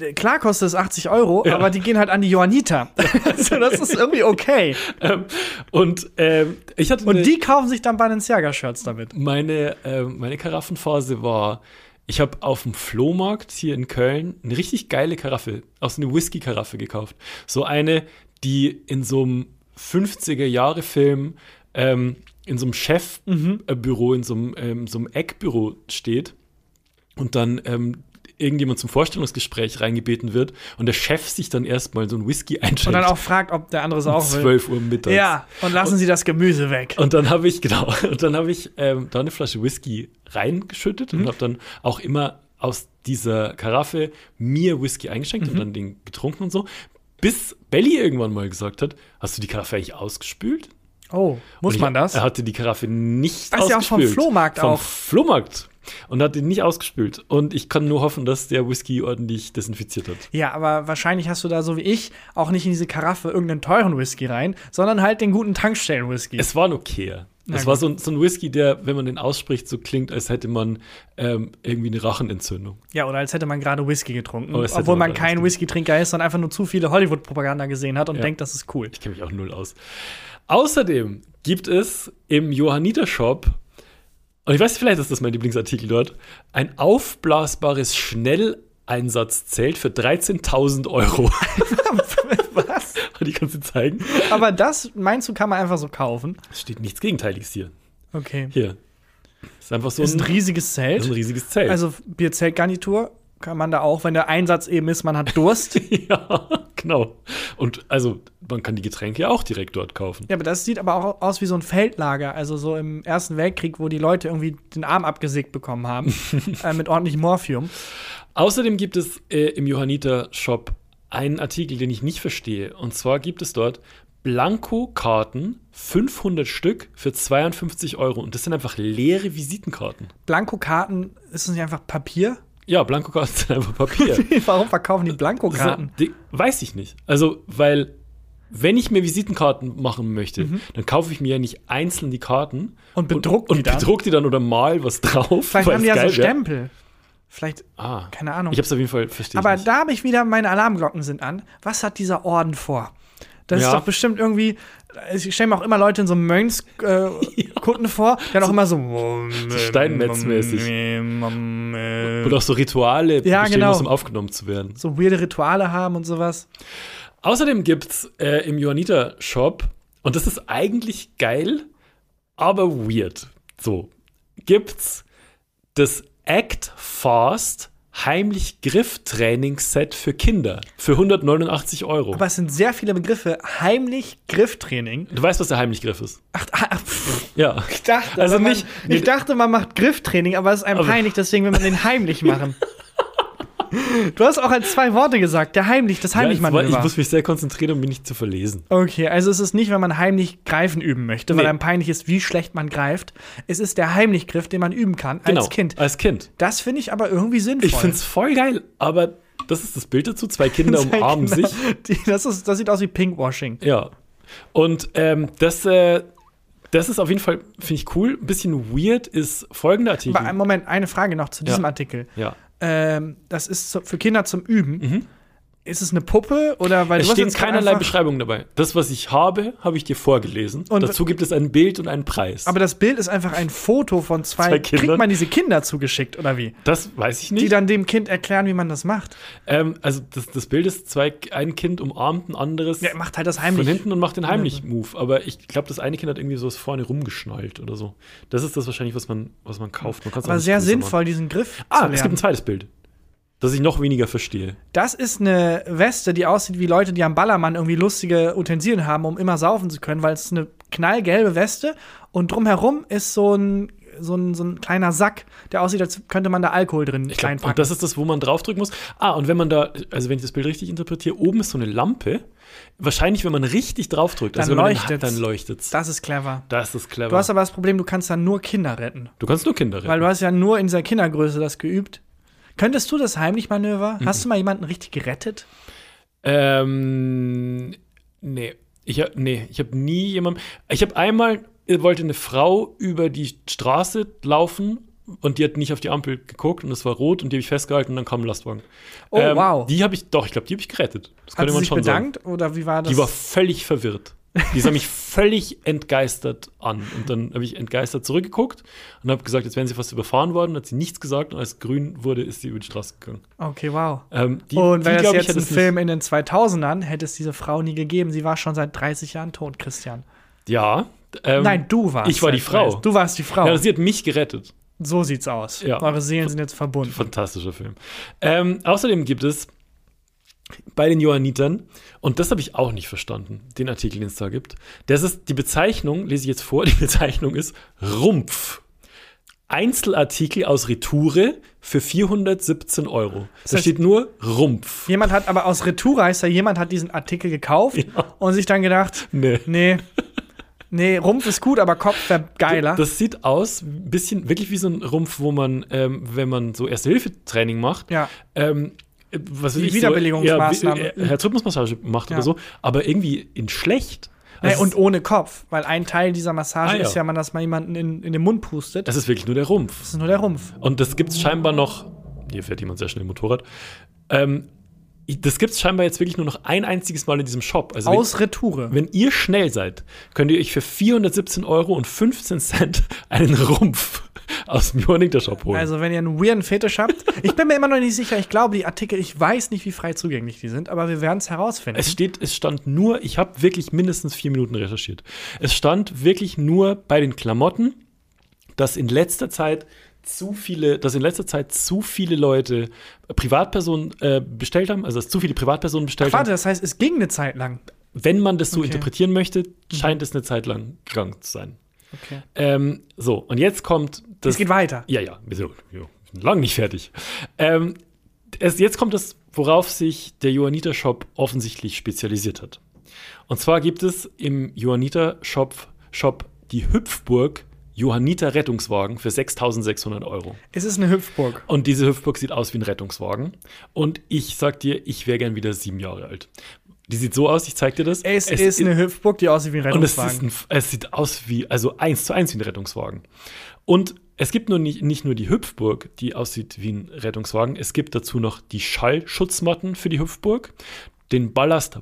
[SPEAKER 2] Äh, Klar kostet es 80 Euro, aber die gehen halt an die
[SPEAKER 3] (laughs)
[SPEAKER 2] Johanniter. also, das ist irgendwie okay.
[SPEAKER 3] Ähm, und ähm, ich hatte eine-
[SPEAKER 2] Und die kaufen sich dann Balenciaga-Shirts damit.
[SPEAKER 3] meine, ähm, meine Karaffenphase war, ich habe auf dem Flohmarkt hier in Köln eine richtig geile Karaffe, aus einer Whisky-Karaffe gekauft. So eine, die in so einem 50er-Jahre-Film ähm, in so einem Chefbüro, in so einem, ähm, so einem Eckbüro steht und dann ähm, irgendjemand zum Vorstellungsgespräch reingebeten wird und der Chef sich dann erstmal so ein Whisky einschenkt.
[SPEAKER 2] Und dann auch fragt, ob der andere es auch will.
[SPEAKER 3] 12 Uhr mittags.
[SPEAKER 2] Ja, und lassen sie das Gemüse weg.
[SPEAKER 3] Und dann habe ich, (laughs) genau, und dann habe ich ähm, da eine Flasche Whisky reingeschüttet
[SPEAKER 2] Mhm.
[SPEAKER 3] und habe dann auch immer aus dieser Karaffe mir Whisky eingeschenkt
[SPEAKER 2] Mhm.
[SPEAKER 3] und dann den getrunken und so. Bis Belly irgendwann mal gesagt hat, hast du die Karaffe eigentlich ausgespült?
[SPEAKER 2] Oh,
[SPEAKER 3] Und
[SPEAKER 2] muss
[SPEAKER 3] ich-
[SPEAKER 2] man das?
[SPEAKER 3] Er hatte die Karaffe nicht
[SPEAKER 2] Ach, ist ja auch vom
[SPEAKER 3] ausgespült.
[SPEAKER 2] Flohmarkt
[SPEAKER 3] vom
[SPEAKER 2] auch.
[SPEAKER 3] Flohmarkt. Und hat ihn nicht ausgespült. Und ich kann nur hoffen, dass der Whisky ordentlich desinfiziert hat.
[SPEAKER 2] Ja, aber wahrscheinlich hast du da so wie ich auch nicht in diese Karaffe irgendeinen teuren Whisky rein, sondern halt den guten Tankstellen-Whisky.
[SPEAKER 3] Es war ein okayer. Es war so, ein- so ein Whisky, der, wenn man den ausspricht, so klingt, als hätte man ähm, irgendwie eine Rachenentzündung.
[SPEAKER 2] Ja, oder als hätte man gerade Whisky getrunken,
[SPEAKER 3] Oh, es hätte
[SPEAKER 2] obwohl
[SPEAKER 3] man
[SPEAKER 2] man
[SPEAKER 3] gerade
[SPEAKER 2] kein Whisky-Trinker ist, sondern einfach nur zu viele Hollywood-Propaganda gesehen hat und denkt, das ist
[SPEAKER 3] (laughs)
[SPEAKER 2] cool.
[SPEAKER 3] Ich kenne mich auch null aus. Außerdem gibt es im Johanniter Shop, und ich weiß, vielleicht ist das mein Lieblingsartikel dort, ein aufblasbares Schnelleinsatzzelt für 13.000 Euro. (laughs)
[SPEAKER 2] Was?
[SPEAKER 3] Und ich kann sie zeigen.
[SPEAKER 2] Aber das, meinst du, kann man einfach so kaufen?
[SPEAKER 3] Es steht nichts Gegenteiliges hier.
[SPEAKER 2] Okay.
[SPEAKER 3] Hier. Ist einfach so
[SPEAKER 2] Ist
[SPEAKER 3] ein,
[SPEAKER 2] ein riesiges
[SPEAKER 3] ist ein
[SPEAKER 2] Zelt.
[SPEAKER 3] riesiges Zelt.
[SPEAKER 2] Also Bierzeltgarnitur kann man da auch, wenn der Einsatz eben ist, man hat
[SPEAKER 3] (laughs)
[SPEAKER 2] Durst.
[SPEAKER 3] (laughs) ja, genau. Und also, man kann die Getränke auch direkt dort kaufen.
[SPEAKER 2] Ja, aber das sieht aber auch aus wie so ein Feldlager, also so im Ersten Weltkrieg, wo die Leute irgendwie den Arm abgesägt bekommen
[SPEAKER 3] (laughs)
[SPEAKER 2] haben äh, mit ordentlich Morphium.
[SPEAKER 3] Außerdem gibt es äh, im Johanniter-Shop einen Artikel, den ich nicht verstehe. Und zwar gibt es dort Blanko-Karten, 500 Stück für 52 Euro. Und das sind einfach leere Visitenkarten.
[SPEAKER 2] Blankokarten, ist das nicht einfach Papier? (laughs)
[SPEAKER 3] Ja, Blanko-Karten (laughs) sind einfach Papier.
[SPEAKER 2] Warum verkaufen die
[SPEAKER 3] Das ist-
[SPEAKER 2] Blankokarten?
[SPEAKER 3] die- Weiß ich nicht. Also, weil, wenn ich mir Visitenkarten machen möchte, dann kaufe ich mir ja nicht einzeln die Karten.
[SPEAKER 2] Mhm. Und bedruck
[SPEAKER 3] und,
[SPEAKER 2] die dann?
[SPEAKER 3] bedruck die dann oder mal was drauf.
[SPEAKER 2] Vielleicht
[SPEAKER 3] weil
[SPEAKER 2] haben
[SPEAKER 3] es
[SPEAKER 2] die ja so
[SPEAKER 3] geil wär.
[SPEAKER 2] Stempel. Vielleicht,
[SPEAKER 3] Ah,
[SPEAKER 2] keine Ahnung.
[SPEAKER 3] Ich habe es auf jeden Fall versteht.
[SPEAKER 2] aber
[SPEAKER 3] nicht.
[SPEAKER 2] da habe ich wieder, meine Alarmglocken sind an. Was hat dieser Orden vor? Das
[SPEAKER 3] Ja.
[SPEAKER 2] ist doch bestimmt irgendwie, ich stelle mir auch immer Leute in so
[SPEAKER 3] (laughs)
[SPEAKER 2] Mönchskutten vor, die dann auch immer so,
[SPEAKER 3] Steinmetzmäßig. Und auch so Rituale
[SPEAKER 2] Ja,
[SPEAKER 3] bestehen
[SPEAKER 2] genau.
[SPEAKER 3] muss, um aufgenommen zu werden.
[SPEAKER 2] so weirde Rituale haben und sowas.
[SPEAKER 3] Außerdem gibt es äh, im Johanniter-Shop, und das ist eigentlich geil, aber weird. So, gibt's das Act Fast heimlich Grifftraining-Set für Kinder für 189 Euro.
[SPEAKER 2] Aber es sind sehr viele Begriffe. Heimlich Grifftraining.
[SPEAKER 3] du weißt, was der Heimlichgriff ist.
[SPEAKER 2] Ach, ah, pff,
[SPEAKER 3] Ja.
[SPEAKER 2] ich dachte,
[SPEAKER 3] Also
[SPEAKER 2] aber man,
[SPEAKER 3] nicht- Also-
[SPEAKER 2] ich dachte, man macht Grifftraining, aber es ist einem peinlich, deswegen will man den heimlich
[SPEAKER 3] (laughs)
[SPEAKER 2] machen. Du hast auch als zwei Worte gesagt, der heimlich, das
[SPEAKER 3] ja
[SPEAKER 2] heimlich
[SPEAKER 3] ich, war- ich
[SPEAKER 2] Manöver.
[SPEAKER 3] muss mich sehr konzentrieren, um mich nicht zu verlesen.
[SPEAKER 2] Okay, also es ist nicht, wenn man heimlich greifen üben möchte, weil
[SPEAKER 3] Nee.
[SPEAKER 2] einem peinlich ist, wie schlecht man greift. Es ist der heimlich Griff, den man üben kann als Kind.
[SPEAKER 3] Als Kind.
[SPEAKER 2] Das finde ich aber irgendwie sinnvoll.
[SPEAKER 3] Genau. Also- Ich
[SPEAKER 2] (laughs)
[SPEAKER 3] find's voll geil, aber das ist das Bild dazu. Zwei Kinder umarmen
[SPEAKER 2] Genau.
[SPEAKER 3] sich.
[SPEAKER 2] Die- Das, ist, das sieht aus wie Pinkwashing.
[SPEAKER 3] Ja. Und ähm, das, äh, das ist auf jeden Fall, finde ich cool. Ein bisschen weird ist folgender Artikel.
[SPEAKER 2] Aber Moment, eine Frage noch zu diesem
[SPEAKER 3] Ja.
[SPEAKER 2] Artikel.
[SPEAKER 3] ja.
[SPEAKER 2] ähm, das ist so für Kinder zum Üben. Ist es eine Puppe oder weil
[SPEAKER 3] Mhm. Es
[SPEAKER 2] hast
[SPEAKER 3] stehen
[SPEAKER 2] jetzt gerade
[SPEAKER 3] keinerlei
[SPEAKER 2] Also einfach-
[SPEAKER 3] Beschreibungen dabei. Das, was ich habe, habe ich dir vorgelesen.
[SPEAKER 2] Und-
[SPEAKER 3] Dazu gibt es ein Bild und einen Preis.
[SPEAKER 2] Aber das Bild ist einfach ein Foto von zwei,
[SPEAKER 3] Zwei Kindern.
[SPEAKER 2] Kriegt man diese Kinder zugeschickt oder wie?
[SPEAKER 3] das weiß ich
[SPEAKER 2] Die
[SPEAKER 3] nicht.
[SPEAKER 2] dann dem Kind erklären, wie man das macht.
[SPEAKER 3] Ähm, also das, das Bild ist zwei, ein Kind umarmt ein anderes
[SPEAKER 2] Ja, macht halt das
[SPEAKER 3] von
[SPEAKER 2] heimlich.
[SPEAKER 3] hinten und macht den Heimlich-Move. Aber ich glaube, das eine Kind hat irgendwie sowas vorne rumgeschnallt oder so. Das ist das wahrscheinlich, was man, was man kauft. Man kann's auch
[SPEAKER 2] Aber
[SPEAKER 3] nicht
[SPEAKER 2] sehr
[SPEAKER 3] größer
[SPEAKER 2] sinnvoll, diesen Griff
[SPEAKER 3] Machen.
[SPEAKER 2] zu
[SPEAKER 3] Ah, es gibt
[SPEAKER 2] lernen.
[SPEAKER 3] ein zweites Bild, das ich noch weniger verstehe.
[SPEAKER 2] Das ist eine Weste, die aussieht wie Leute, die am Ballermann irgendwie lustige Utensilien haben, um immer saufen zu können, weil es ist eine knallgelbe Weste und drumherum ist so ein so ein, so ein kleiner Sack, der aussieht, als könnte man da Alkohol drin
[SPEAKER 3] Ich glaub,
[SPEAKER 2] reinpacken.
[SPEAKER 3] und das ist das, wo man draufdrücken muss. Ah, und wenn man da, also wenn ich das Bild richtig interpretiere, oben ist so eine Lampe. Wahrscheinlich, wenn man richtig draufdrückt, also
[SPEAKER 2] Dann
[SPEAKER 3] wenn man den
[SPEAKER 2] leuchtet's.
[SPEAKER 3] Hand- dann leuchtet's.
[SPEAKER 2] das ist clever.
[SPEAKER 3] das ist clever.
[SPEAKER 2] Du hast aber das Problem, du kannst dann nur Kinder retten.
[SPEAKER 3] Du kannst nur Kinder retten.
[SPEAKER 2] Weil du hast ja nur in dieser Kindergröße das geübt. Könntest du das Heimlichmanöver?
[SPEAKER 3] Mhm.
[SPEAKER 2] Hast du mal jemanden richtig gerettet?
[SPEAKER 3] Ähm, nee. Ich, hab- nee, ich habe nie jemandem. Ich habe einmal, äh, wollte eine Frau über die Straße laufen und die hat nicht auf die Ampel geguckt und es war rot und die habe ich festgehalten und dann kam ein Lastwagen.
[SPEAKER 2] Oh,
[SPEAKER 3] Ähm,
[SPEAKER 2] wow.
[SPEAKER 3] Die habe ich, doch, ich glaube, die habe ich gerettet. Das
[SPEAKER 2] Hat
[SPEAKER 3] könnte
[SPEAKER 2] sie
[SPEAKER 3] man
[SPEAKER 2] sich
[SPEAKER 3] schon sagen.
[SPEAKER 2] bedankt oder wie war das?
[SPEAKER 3] Die war völlig verwirrt. Die
[SPEAKER 2] (laughs)
[SPEAKER 3] sah mich völlig entgeistert an. Und dann habe ich entgeistert zurückgeguckt und habe gesagt, jetzt wären sie fast überfahren worden. Hat sie nichts gesagt und als es grün wurde, ist sie über die Straße gegangen.
[SPEAKER 2] okay, wow.
[SPEAKER 3] Ähm, die,
[SPEAKER 2] Und
[SPEAKER 3] die,
[SPEAKER 2] wäre das
[SPEAKER 3] glaub ich,
[SPEAKER 2] jetzt
[SPEAKER 3] hätte
[SPEAKER 2] ein
[SPEAKER 3] es nicht-
[SPEAKER 2] Film in den 2000ern, hätte es diese Frau nie gegeben. Sie war schon seit 30 Jahren tot, Christian.
[SPEAKER 3] Ja. Ähm,
[SPEAKER 2] Nein, du warst.
[SPEAKER 3] ich war die
[SPEAKER 2] seit
[SPEAKER 3] Frau.
[SPEAKER 2] 30. Du warst die Frau.
[SPEAKER 3] Ja, sie hat mich gerettet.
[SPEAKER 2] so sieht's aus.
[SPEAKER 3] Ja.
[SPEAKER 2] Eure Seelen sind jetzt verbunden.
[SPEAKER 3] (laughs) Fantastischer Film. Ähm, außerdem gibt es bei den Johannitern, und das habe ich auch nicht verstanden, den Artikel, den es da gibt. Das ist die Bezeichnung, lese ich jetzt vor, (laughs) die Bezeichnung ist Rumpf. Einzelartikel aus Retoure für 417 Euro. Da
[SPEAKER 2] heißt-
[SPEAKER 3] steht nur Rumpf.
[SPEAKER 2] Jemand hat aber aus Retour heißt ja, jemand hat diesen Artikel gekauft und sich dann gedacht,
[SPEAKER 3] Nee.
[SPEAKER 2] nee, nee, Rumpf ist gut, aber Kopf wäre geiler.
[SPEAKER 3] Das sieht aus ein bisschen wirklich wie so ein Rumpf, wo man, ähm, wenn man so Erste-Hilfe-Training macht,
[SPEAKER 2] Ja.
[SPEAKER 3] ähm, äh, was weiß
[SPEAKER 2] Die
[SPEAKER 3] ich,
[SPEAKER 2] Wiederbelebungsmaßnahmen.
[SPEAKER 3] So, ja, wie- äh, Herzrhythmusmassage macht
[SPEAKER 2] Ja.
[SPEAKER 3] oder so, aber irgendwie in schlecht.
[SPEAKER 2] Nee,
[SPEAKER 3] Also
[SPEAKER 2] und ohne Kopf, weil ein Teil dieser Massage
[SPEAKER 3] Ah, ja.
[SPEAKER 2] ist ja, man das mal jemanden in, in den Mund pustet. Das
[SPEAKER 3] das ist wirklich nur der Rumpf.
[SPEAKER 2] ist nur der Rumpf.
[SPEAKER 3] Und das gibt es scheinbar noch. Hier fährt jemand sehr schnell Motorrad. Ähm, i- das gibt es scheinbar jetzt wirklich nur noch ein einziges Mal in diesem Shop. Also
[SPEAKER 2] Aus Retoure.
[SPEAKER 3] wenn, wenn ihr schnell seid, könnt ihr euch für 417 Euro und 15 Cent einen Rumpf aus dem Johanniter Shop holen.
[SPEAKER 2] Also, wenn ihr einen weirden Fetisch
[SPEAKER 3] (laughs)
[SPEAKER 2] habt, ich bin mir immer noch nicht sicher, ich glaube, die Artikel, ich weiß nicht, wie frei zugänglich die sind, aber wir werden es herausfinden.
[SPEAKER 3] Es steht, es stand nur, ich habe wirklich mindestens vier Minuten recherchiert. Es stand wirklich nur bei den Klamotten, dass in letzter Zeit zu viele, dass in letzter Zeit zu viele Leute äh, Privatpersonen äh, bestellt haben, also dass zu viele Privatpersonen bestellt
[SPEAKER 2] Warte,
[SPEAKER 3] haben.
[SPEAKER 2] das heißt, es ging eine Zeit lang.
[SPEAKER 3] Wenn man das so
[SPEAKER 2] Okay. Mhm.
[SPEAKER 3] interpretieren möchte, scheint es eine Zeit lang gegangen zu sein.
[SPEAKER 2] Okay.
[SPEAKER 3] Ähm, so, und jetzt kommt das.
[SPEAKER 2] Es geht weiter.
[SPEAKER 3] Ja, ja, wir sind wir sind lang nicht fertig. Ähm, es, jetzt kommt das, worauf sich der Johanniter Shop offensichtlich spezialisiert hat. Und zwar gibt es im Johanniter Shop, Shop die Hüpfburg Johanniter Rettungswagen für 6.600 Euro.
[SPEAKER 2] Es ist eine Hüpfburg.
[SPEAKER 3] Und diese Hüpfburg sieht aus wie ein Rettungswagen. Und ich sag dir, ich wäre gern wieder sieben Jahre alt. Die sieht so aus, ich zeig dir das.
[SPEAKER 2] Es, ist eine Hüpfburg, die aussieht wie ein
[SPEAKER 3] und es, ist
[SPEAKER 2] Rettungswagen.
[SPEAKER 3] ein, es sieht aus wie, also eins zu eins wie ein Rettungswagen. Und es gibt nur nicht, nicht nur die Hüpfburg, die aussieht wie ein Rettungswagen, es gibt dazu noch die Schallschutzmatten für die Hüpfburg, den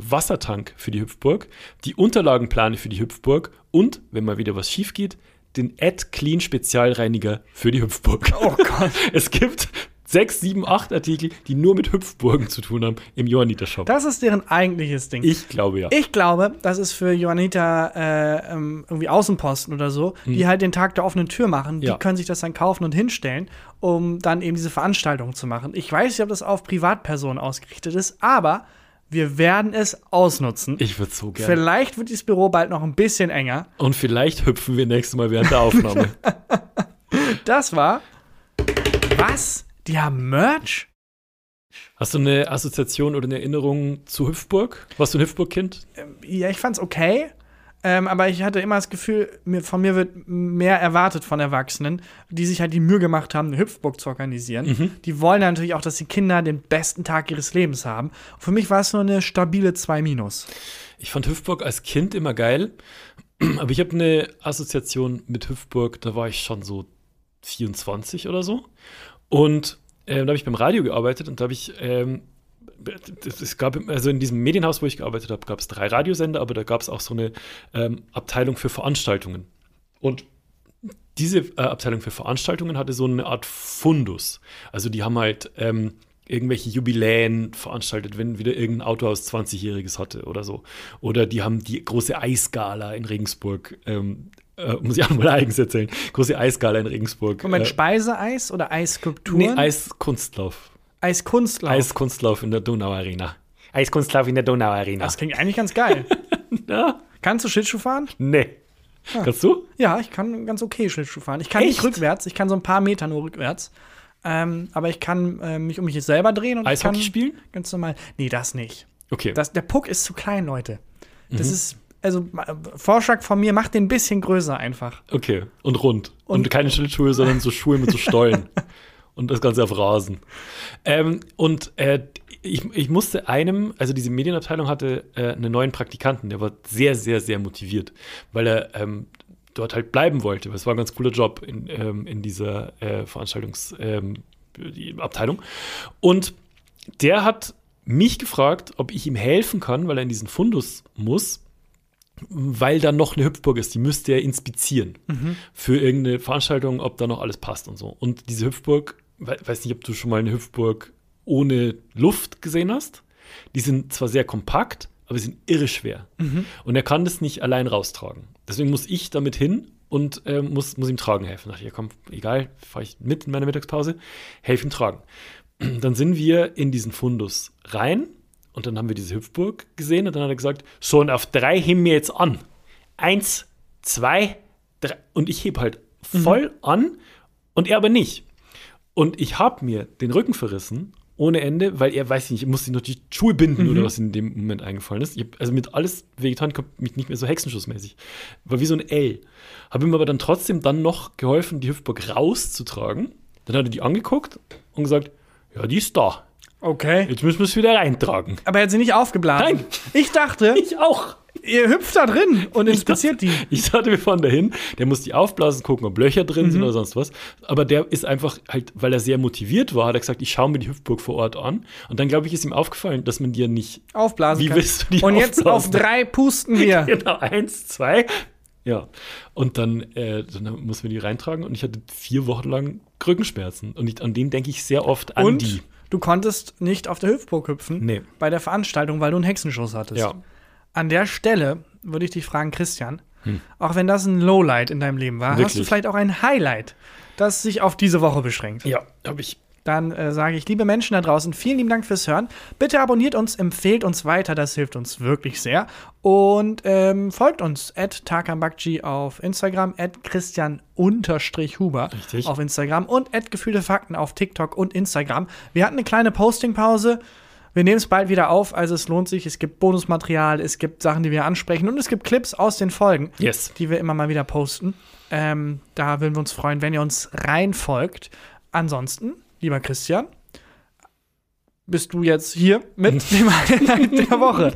[SPEAKER 3] Ballastwassertank für die Hüpfburg, die Unterlagenplane für die Hüpfburg und, wenn mal wieder was schief geht, den Ad Clean Spezialreiniger für die Hüpfburg. Oh Gott. (laughs) Es gibt sechs, sieben, acht Artikel, die nur mit Hüpfburgen zu tun haben im Johanniter Shop.
[SPEAKER 2] Das ist deren eigentliches Ding.
[SPEAKER 3] ich glaube ja.
[SPEAKER 2] Ich glaube, das ist für Johannita äh, ähm, irgendwie Außenposten oder so, die halt den Tag der offenen Tür machen.
[SPEAKER 3] Hm. Ja.
[SPEAKER 2] Die können sich das dann kaufen und hinstellen, um dann eben diese Veranstaltung zu machen. Ich weiß nicht, ob das auf Privatpersonen ausgerichtet ist, aber wir werden es ausnutzen.
[SPEAKER 3] ich würde so gerne.
[SPEAKER 2] Vielleicht wird dieses Büro bald noch ein bisschen enger.
[SPEAKER 3] Und vielleicht hüpfen wir nächstes Mal während der Aufnahme.
[SPEAKER 2] Das war. Was? Die haben Merch?
[SPEAKER 3] Hast du eine Assoziation oder eine Erinnerung zu Hüpfburg? Warst du ein Hüpfburg-Kind?
[SPEAKER 2] Ja, ich fand's okay. Ähm, aber ich hatte immer das Gefühl, mir, von mir wird mehr erwartet von Erwachsenen, die sich halt die Mühe gemacht haben, eine Hüpfburg zu organisieren.
[SPEAKER 3] Mhm.
[SPEAKER 2] Die wollen natürlich auch, dass die Kinder den besten Tag ihres Lebens haben. Für mich war es nur eine stabile 2 Minus.
[SPEAKER 3] Ich fand Hüpfburg als Kind immer geil, aber ich habe eine Assoziation mit Hüpfburg, da war ich schon so 24 oder so. Und ähm, da habe ich beim Radio gearbeitet und da habe ich, ähm, das- es gab, also in diesem Medienhaus, wo ich gearbeitet habe, gab es drei Radiosender, aber da gab es auch so eine ähm, Abteilung für Veranstaltungen. Und diese äh, Abteilung für Veranstaltungen hatte so eine Art Fundus. Also die haben halt ähm, irgendwelche Jubiläen veranstaltet, wenn wieder irgendein Autohaus 20-Jähriges hatte oder so. Oder die haben die große Eisgala in Regensburg, ähm, äh, muss ich auch mal eigens erzählen, große Eisgala in Regensburg.
[SPEAKER 2] Moment,
[SPEAKER 3] äh,
[SPEAKER 2] Speiseeis oder
[SPEAKER 3] nee,
[SPEAKER 2] Eisskulpturen?
[SPEAKER 3] Eiskunstlauf.
[SPEAKER 2] Eiskunstlauf.
[SPEAKER 3] Eiskunstlauf in der Donauarena. Eiskunstlauf in der Donauarena. (laughs)
[SPEAKER 2] Das klingt eigentlich ganz geil. Kannst du Schlittschuh fahren?
[SPEAKER 3] Nee. Kannst du?
[SPEAKER 2] Ja, ich kann ganz okay Schlittschuh fahren. Ich kann nicht
[SPEAKER 3] Echt?
[SPEAKER 2] rückwärts, ich kann so ein paar Meter nur rückwärts. Ähm, aber ich kann äh, mich um mich selber drehen und ich
[SPEAKER 3] Eishockey
[SPEAKER 2] kann
[SPEAKER 3] spielen?
[SPEAKER 2] ganz normal. Nee, das nicht.
[SPEAKER 3] Okay. Mhm.
[SPEAKER 2] Das, der Puck ist zu klein, Leute. Das ist, also ma- Vorschlag von mir, macht den ein bisschen größer einfach.
[SPEAKER 3] okay. Und rund. Und,
[SPEAKER 2] Und-
[SPEAKER 3] keine Schlittschuhe, sondern so Schuhe mit so Stollen. und das Ganze auf Rasen. Ähm, und äh, ich, ich musste einem, also diese Medienabteilung hatte äh, einen neuen Praktikanten, der war sehr, sehr, sehr motiviert, weil er ähm, dort halt bleiben wollte. weil Es war ein ganz cooler Job in, ähm, in dieser äh, Veranstaltungsabteilung. Ähm, die Abteilung. und der hat mich gefragt, ob ich ihm helfen kann, weil er in diesen Fundus muss, weil da noch eine Hüpfburg ist. Die müsste er inspizieren für irgendeine Veranstaltung, ob da noch alles passt und so. Und diese Hüpfburg, we weiß nicht, ob du schon mal eine Hüpfburg ohne Luft gesehen hast. Die sind zwar sehr kompakt, aber sie sind irre schwer. Und er kann das nicht allein raustragen. Deswegen muss ich damit hin und äh, muss, muss ihm tragen helfen. Dachte ich, ja komm, egal, fahre ich mit in meiner Mittagspause, helfe ihm tragen. (clears throat) Dann sind wir in diesen Fundus rein und dann haben wir diese Hüpfburg gesehen und dann hat er gesagt, so und auf drei heben wir jetzt an. Eins, zwei, drei. Und ich heb halt voll an und er aber nicht. Und ich habe mir den Rücken verrissen ohne Ende, weil er, weiß ich nicht, musste noch die Schuhe binden oder was in dem Moment eingefallen ist. Ich hab, also mit alles wehgetan, kommt mich nicht mehr so hexenschussmäßig. War wie so ein L. Habe ihm aber dann trotzdem dann noch geholfen, die Hüftburg rauszutragen. Dann hat er die angeguckt und gesagt, ja, die ist da.
[SPEAKER 2] Okay.
[SPEAKER 3] Jetzt müssen wir es wieder reintragen.
[SPEAKER 2] Aber er hat sie nicht aufgeblasen.
[SPEAKER 3] Nein.
[SPEAKER 2] Ich dachte,
[SPEAKER 3] (laughs) Ich auch.
[SPEAKER 2] ihr hüpft da drin und inspiziert die.
[SPEAKER 3] (laughs) Ich dachte, wir fahren dahin. Der muss die aufblasen, gucken, ob Löcher drin sind oder sonst was. Aber der ist einfach halt, weil er sehr motiviert war, hat er gesagt, ich schaue mir die Hüftburg vor Ort an. Und dann, glaube ich, ist ihm aufgefallen, dass man dir nicht. (laughs)
[SPEAKER 2] Aufblasen
[SPEAKER 3] Wie
[SPEAKER 2] kann.
[SPEAKER 3] willst du die
[SPEAKER 2] und jetzt auf
[SPEAKER 3] aufblasen?
[SPEAKER 2] drei pusten
[SPEAKER 3] (laughs)
[SPEAKER 2] wir.
[SPEAKER 3] Genau, eins, zwei. Ja. Und dann, äh, dann muss man die reintragen. Und ich hatte vier Wochen lang Rückenschmerzen. Und ich, an den denke ich sehr oft an
[SPEAKER 2] Und
[SPEAKER 3] die.
[SPEAKER 2] du konntest nicht auf der Hüpfburg hüpfen
[SPEAKER 3] Nee.
[SPEAKER 2] bei der Veranstaltung, weil du einen Hexenschuss hattest.
[SPEAKER 3] Ja.
[SPEAKER 2] An der Stelle würde ich dich fragen, Christian, auch wenn das ein Lowlight in deinem Leben war, hast du
[SPEAKER 3] Hm. Wirklich?
[SPEAKER 2] vielleicht auch ein Highlight, das sich auf diese Woche beschränkt.
[SPEAKER 3] Ja, habe ich.
[SPEAKER 2] Dann äh, sage ich, liebe Menschen da draußen, vielen lieben Dank fürs Hören. Bitte abonniert uns, empfehlt uns weiter, das hilft uns wirklich sehr. Und ähm, folgt uns at takambakji auf Instagram, at christian-huber
[SPEAKER 3] Richtig.
[SPEAKER 2] auf Instagram und at gefühlte Fakten auf TikTok und Instagram. Wir hatten eine kleine Postingpause. Wir nehmen es bald wieder auf, also es lohnt sich. Es gibt Bonusmaterial, es gibt Sachen, die wir ansprechen und es gibt Clips aus den Folgen
[SPEAKER 3] Yes.
[SPEAKER 2] die wir immer mal wieder posten. Ähm, da würden wir uns freuen, wenn ihr uns reinfolgt. Ansonsten, lieber Christian, bist du jetzt hier
[SPEAKER 3] (laughs)
[SPEAKER 2] mit dem Highlight der Woche.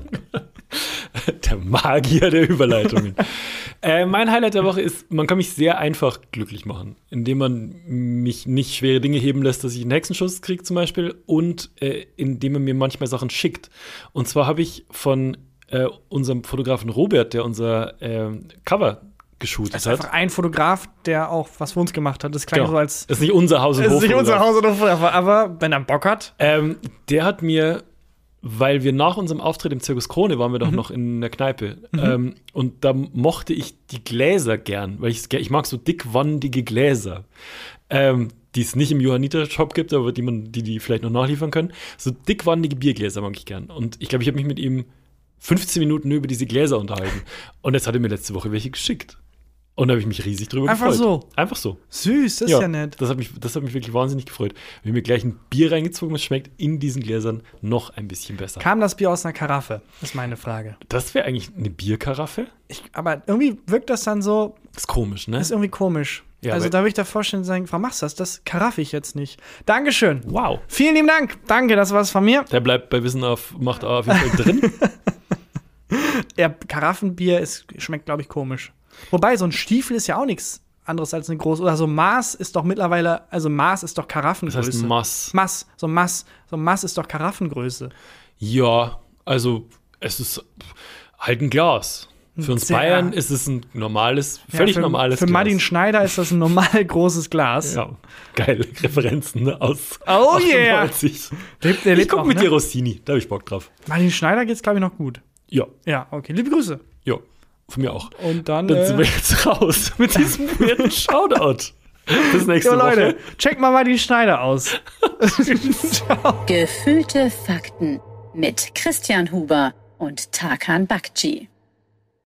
[SPEAKER 3] Der Magier der Überleitungen. (laughs) äh, mein Highlight der Woche ist, man kann mich sehr einfach glücklich machen, indem man mich nicht schwere Dinge heben lässt, dass ich einen Hexenschuss kriege zum Beispiel und äh, indem man mir manchmal Sachen schickt. Und zwar habe ich von äh, unserem Fotografen Robert, der unser ähm, Cover geshootet
[SPEAKER 2] Das ist
[SPEAKER 3] hat.
[SPEAKER 2] einfach ein Fotograf, der auch was für uns gemacht hat. Das klang
[SPEAKER 3] Genau.
[SPEAKER 2] so als.
[SPEAKER 3] das ist nicht unser Haus und
[SPEAKER 2] Es ist
[SPEAKER 3] Hof,
[SPEAKER 2] nicht unser
[SPEAKER 3] Robert.
[SPEAKER 2] Haus oder Hof, aber- aber wenn er Bock hat.
[SPEAKER 3] Ähm, der hat mir, weil wir nach unserem Auftritt im Zirkus Krone waren wir
[SPEAKER 2] Mhm.
[SPEAKER 3] doch noch in der Kneipe. Ähm, und da mochte ich die Gläser gern, weil ich's ge- ich mag so dickwandige Gläser. Ähm, die es nicht im Johanniter-Shop gibt, aber die, man, die die vielleicht noch nachliefern können. So dickwandige Biergläser mag ich gern. Und ich glaube, ich habe mich mit ihm 15 Minuten nur über diese Gläser unterhalten. Und jetzt hat er mir letzte Woche welche geschickt. Und da habe ich mich riesig drüber
[SPEAKER 2] Einfach
[SPEAKER 3] gefreut.
[SPEAKER 2] so?
[SPEAKER 3] Einfach so.
[SPEAKER 2] Süß, das ist ja nett.
[SPEAKER 3] Das hat, mich, das hat mich wirklich wahnsinnig gefreut. Wir haben mir gleich ein Bier reingezogen und es schmeckt in diesen Gläsern noch ein bisschen besser.
[SPEAKER 2] Kam das Bier aus einer Karaffe? Ist meine Frage.
[SPEAKER 3] das wäre eigentlich eine Bierkaraffe?
[SPEAKER 2] Ich, aber irgendwie wirkt das dann so,
[SPEAKER 3] Ist komisch, ne?
[SPEAKER 2] ist irgendwie komisch.
[SPEAKER 3] Ja,
[SPEAKER 2] also
[SPEAKER 3] aber-
[SPEAKER 2] da würde ich da vorstellen sagen, warum machst du das? Das karaffe ich jetzt nicht. Dankeschön.
[SPEAKER 3] wow.
[SPEAKER 2] Vielen lieben Dank. Danke, das war's von mir.
[SPEAKER 3] Der bleibt bei Wissen auf Macht auf jeden Fall drin.
[SPEAKER 2] (laughs) Ja, Karaffenbier ist, schmeckt, glaube ich, komisch. Wobei, so ein Stiefel ist ja auch nichts anderes als eine große. Oder so Maß ist doch mittlerweile, also Maß ist doch Karaffengröße.
[SPEAKER 3] Das heißt Mass.
[SPEAKER 2] Maß, so Maß, so Maß ist doch Karaffengröße.
[SPEAKER 3] Ja, also es ist halt ein Glas. Für uns
[SPEAKER 2] Sehr-
[SPEAKER 3] Bayern ist es ein normales, völlig
[SPEAKER 2] ja, für,
[SPEAKER 3] normales
[SPEAKER 2] Für
[SPEAKER 3] Glas.
[SPEAKER 2] Martin Schneider ist das ein normal (laughs) großes Glas.
[SPEAKER 3] Ja, geile (laughs) Referenzen ne? aus
[SPEAKER 2] Oh yeah.
[SPEAKER 3] 98.
[SPEAKER 2] Lebt, der
[SPEAKER 3] Ich
[SPEAKER 2] lebt
[SPEAKER 3] guck
[SPEAKER 2] noch,
[SPEAKER 3] mit
[SPEAKER 2] ne?
[SPEAKER 3] dir Rossini, da habe ich Bock drauf.
[SPEAKER 2] Martin Schneider geht's, glaube ich, noch gut.
[SPEAKER 3] Ja,
[SPEAKER 2] Ja, okay. Liebe Grüße.
[SPEAKER 3] ja, von mir auch.
[SPEAKER 2] Und dann.
[SPEAKER 3] Dann sind wir
[SPEAKER 2] äh,
[SPEAKER 3] jetzt raus mit diesem weirden Shoutout.
[SPEAKER 2] (laughs)
[SPEAKER 3] Bis nächste
[SPEAKER 2] jo,
[SPEAKER 3] Woche.
[SPEAKER 2] Leute, checkt mal Martin Schneider
[SPEAKER 3] (laughs)
[SPEAKER 2] aus. (laughs)
[SPEAKER 1] Gefühlte Fakten mit Christian Huber und Tarkan Bakci.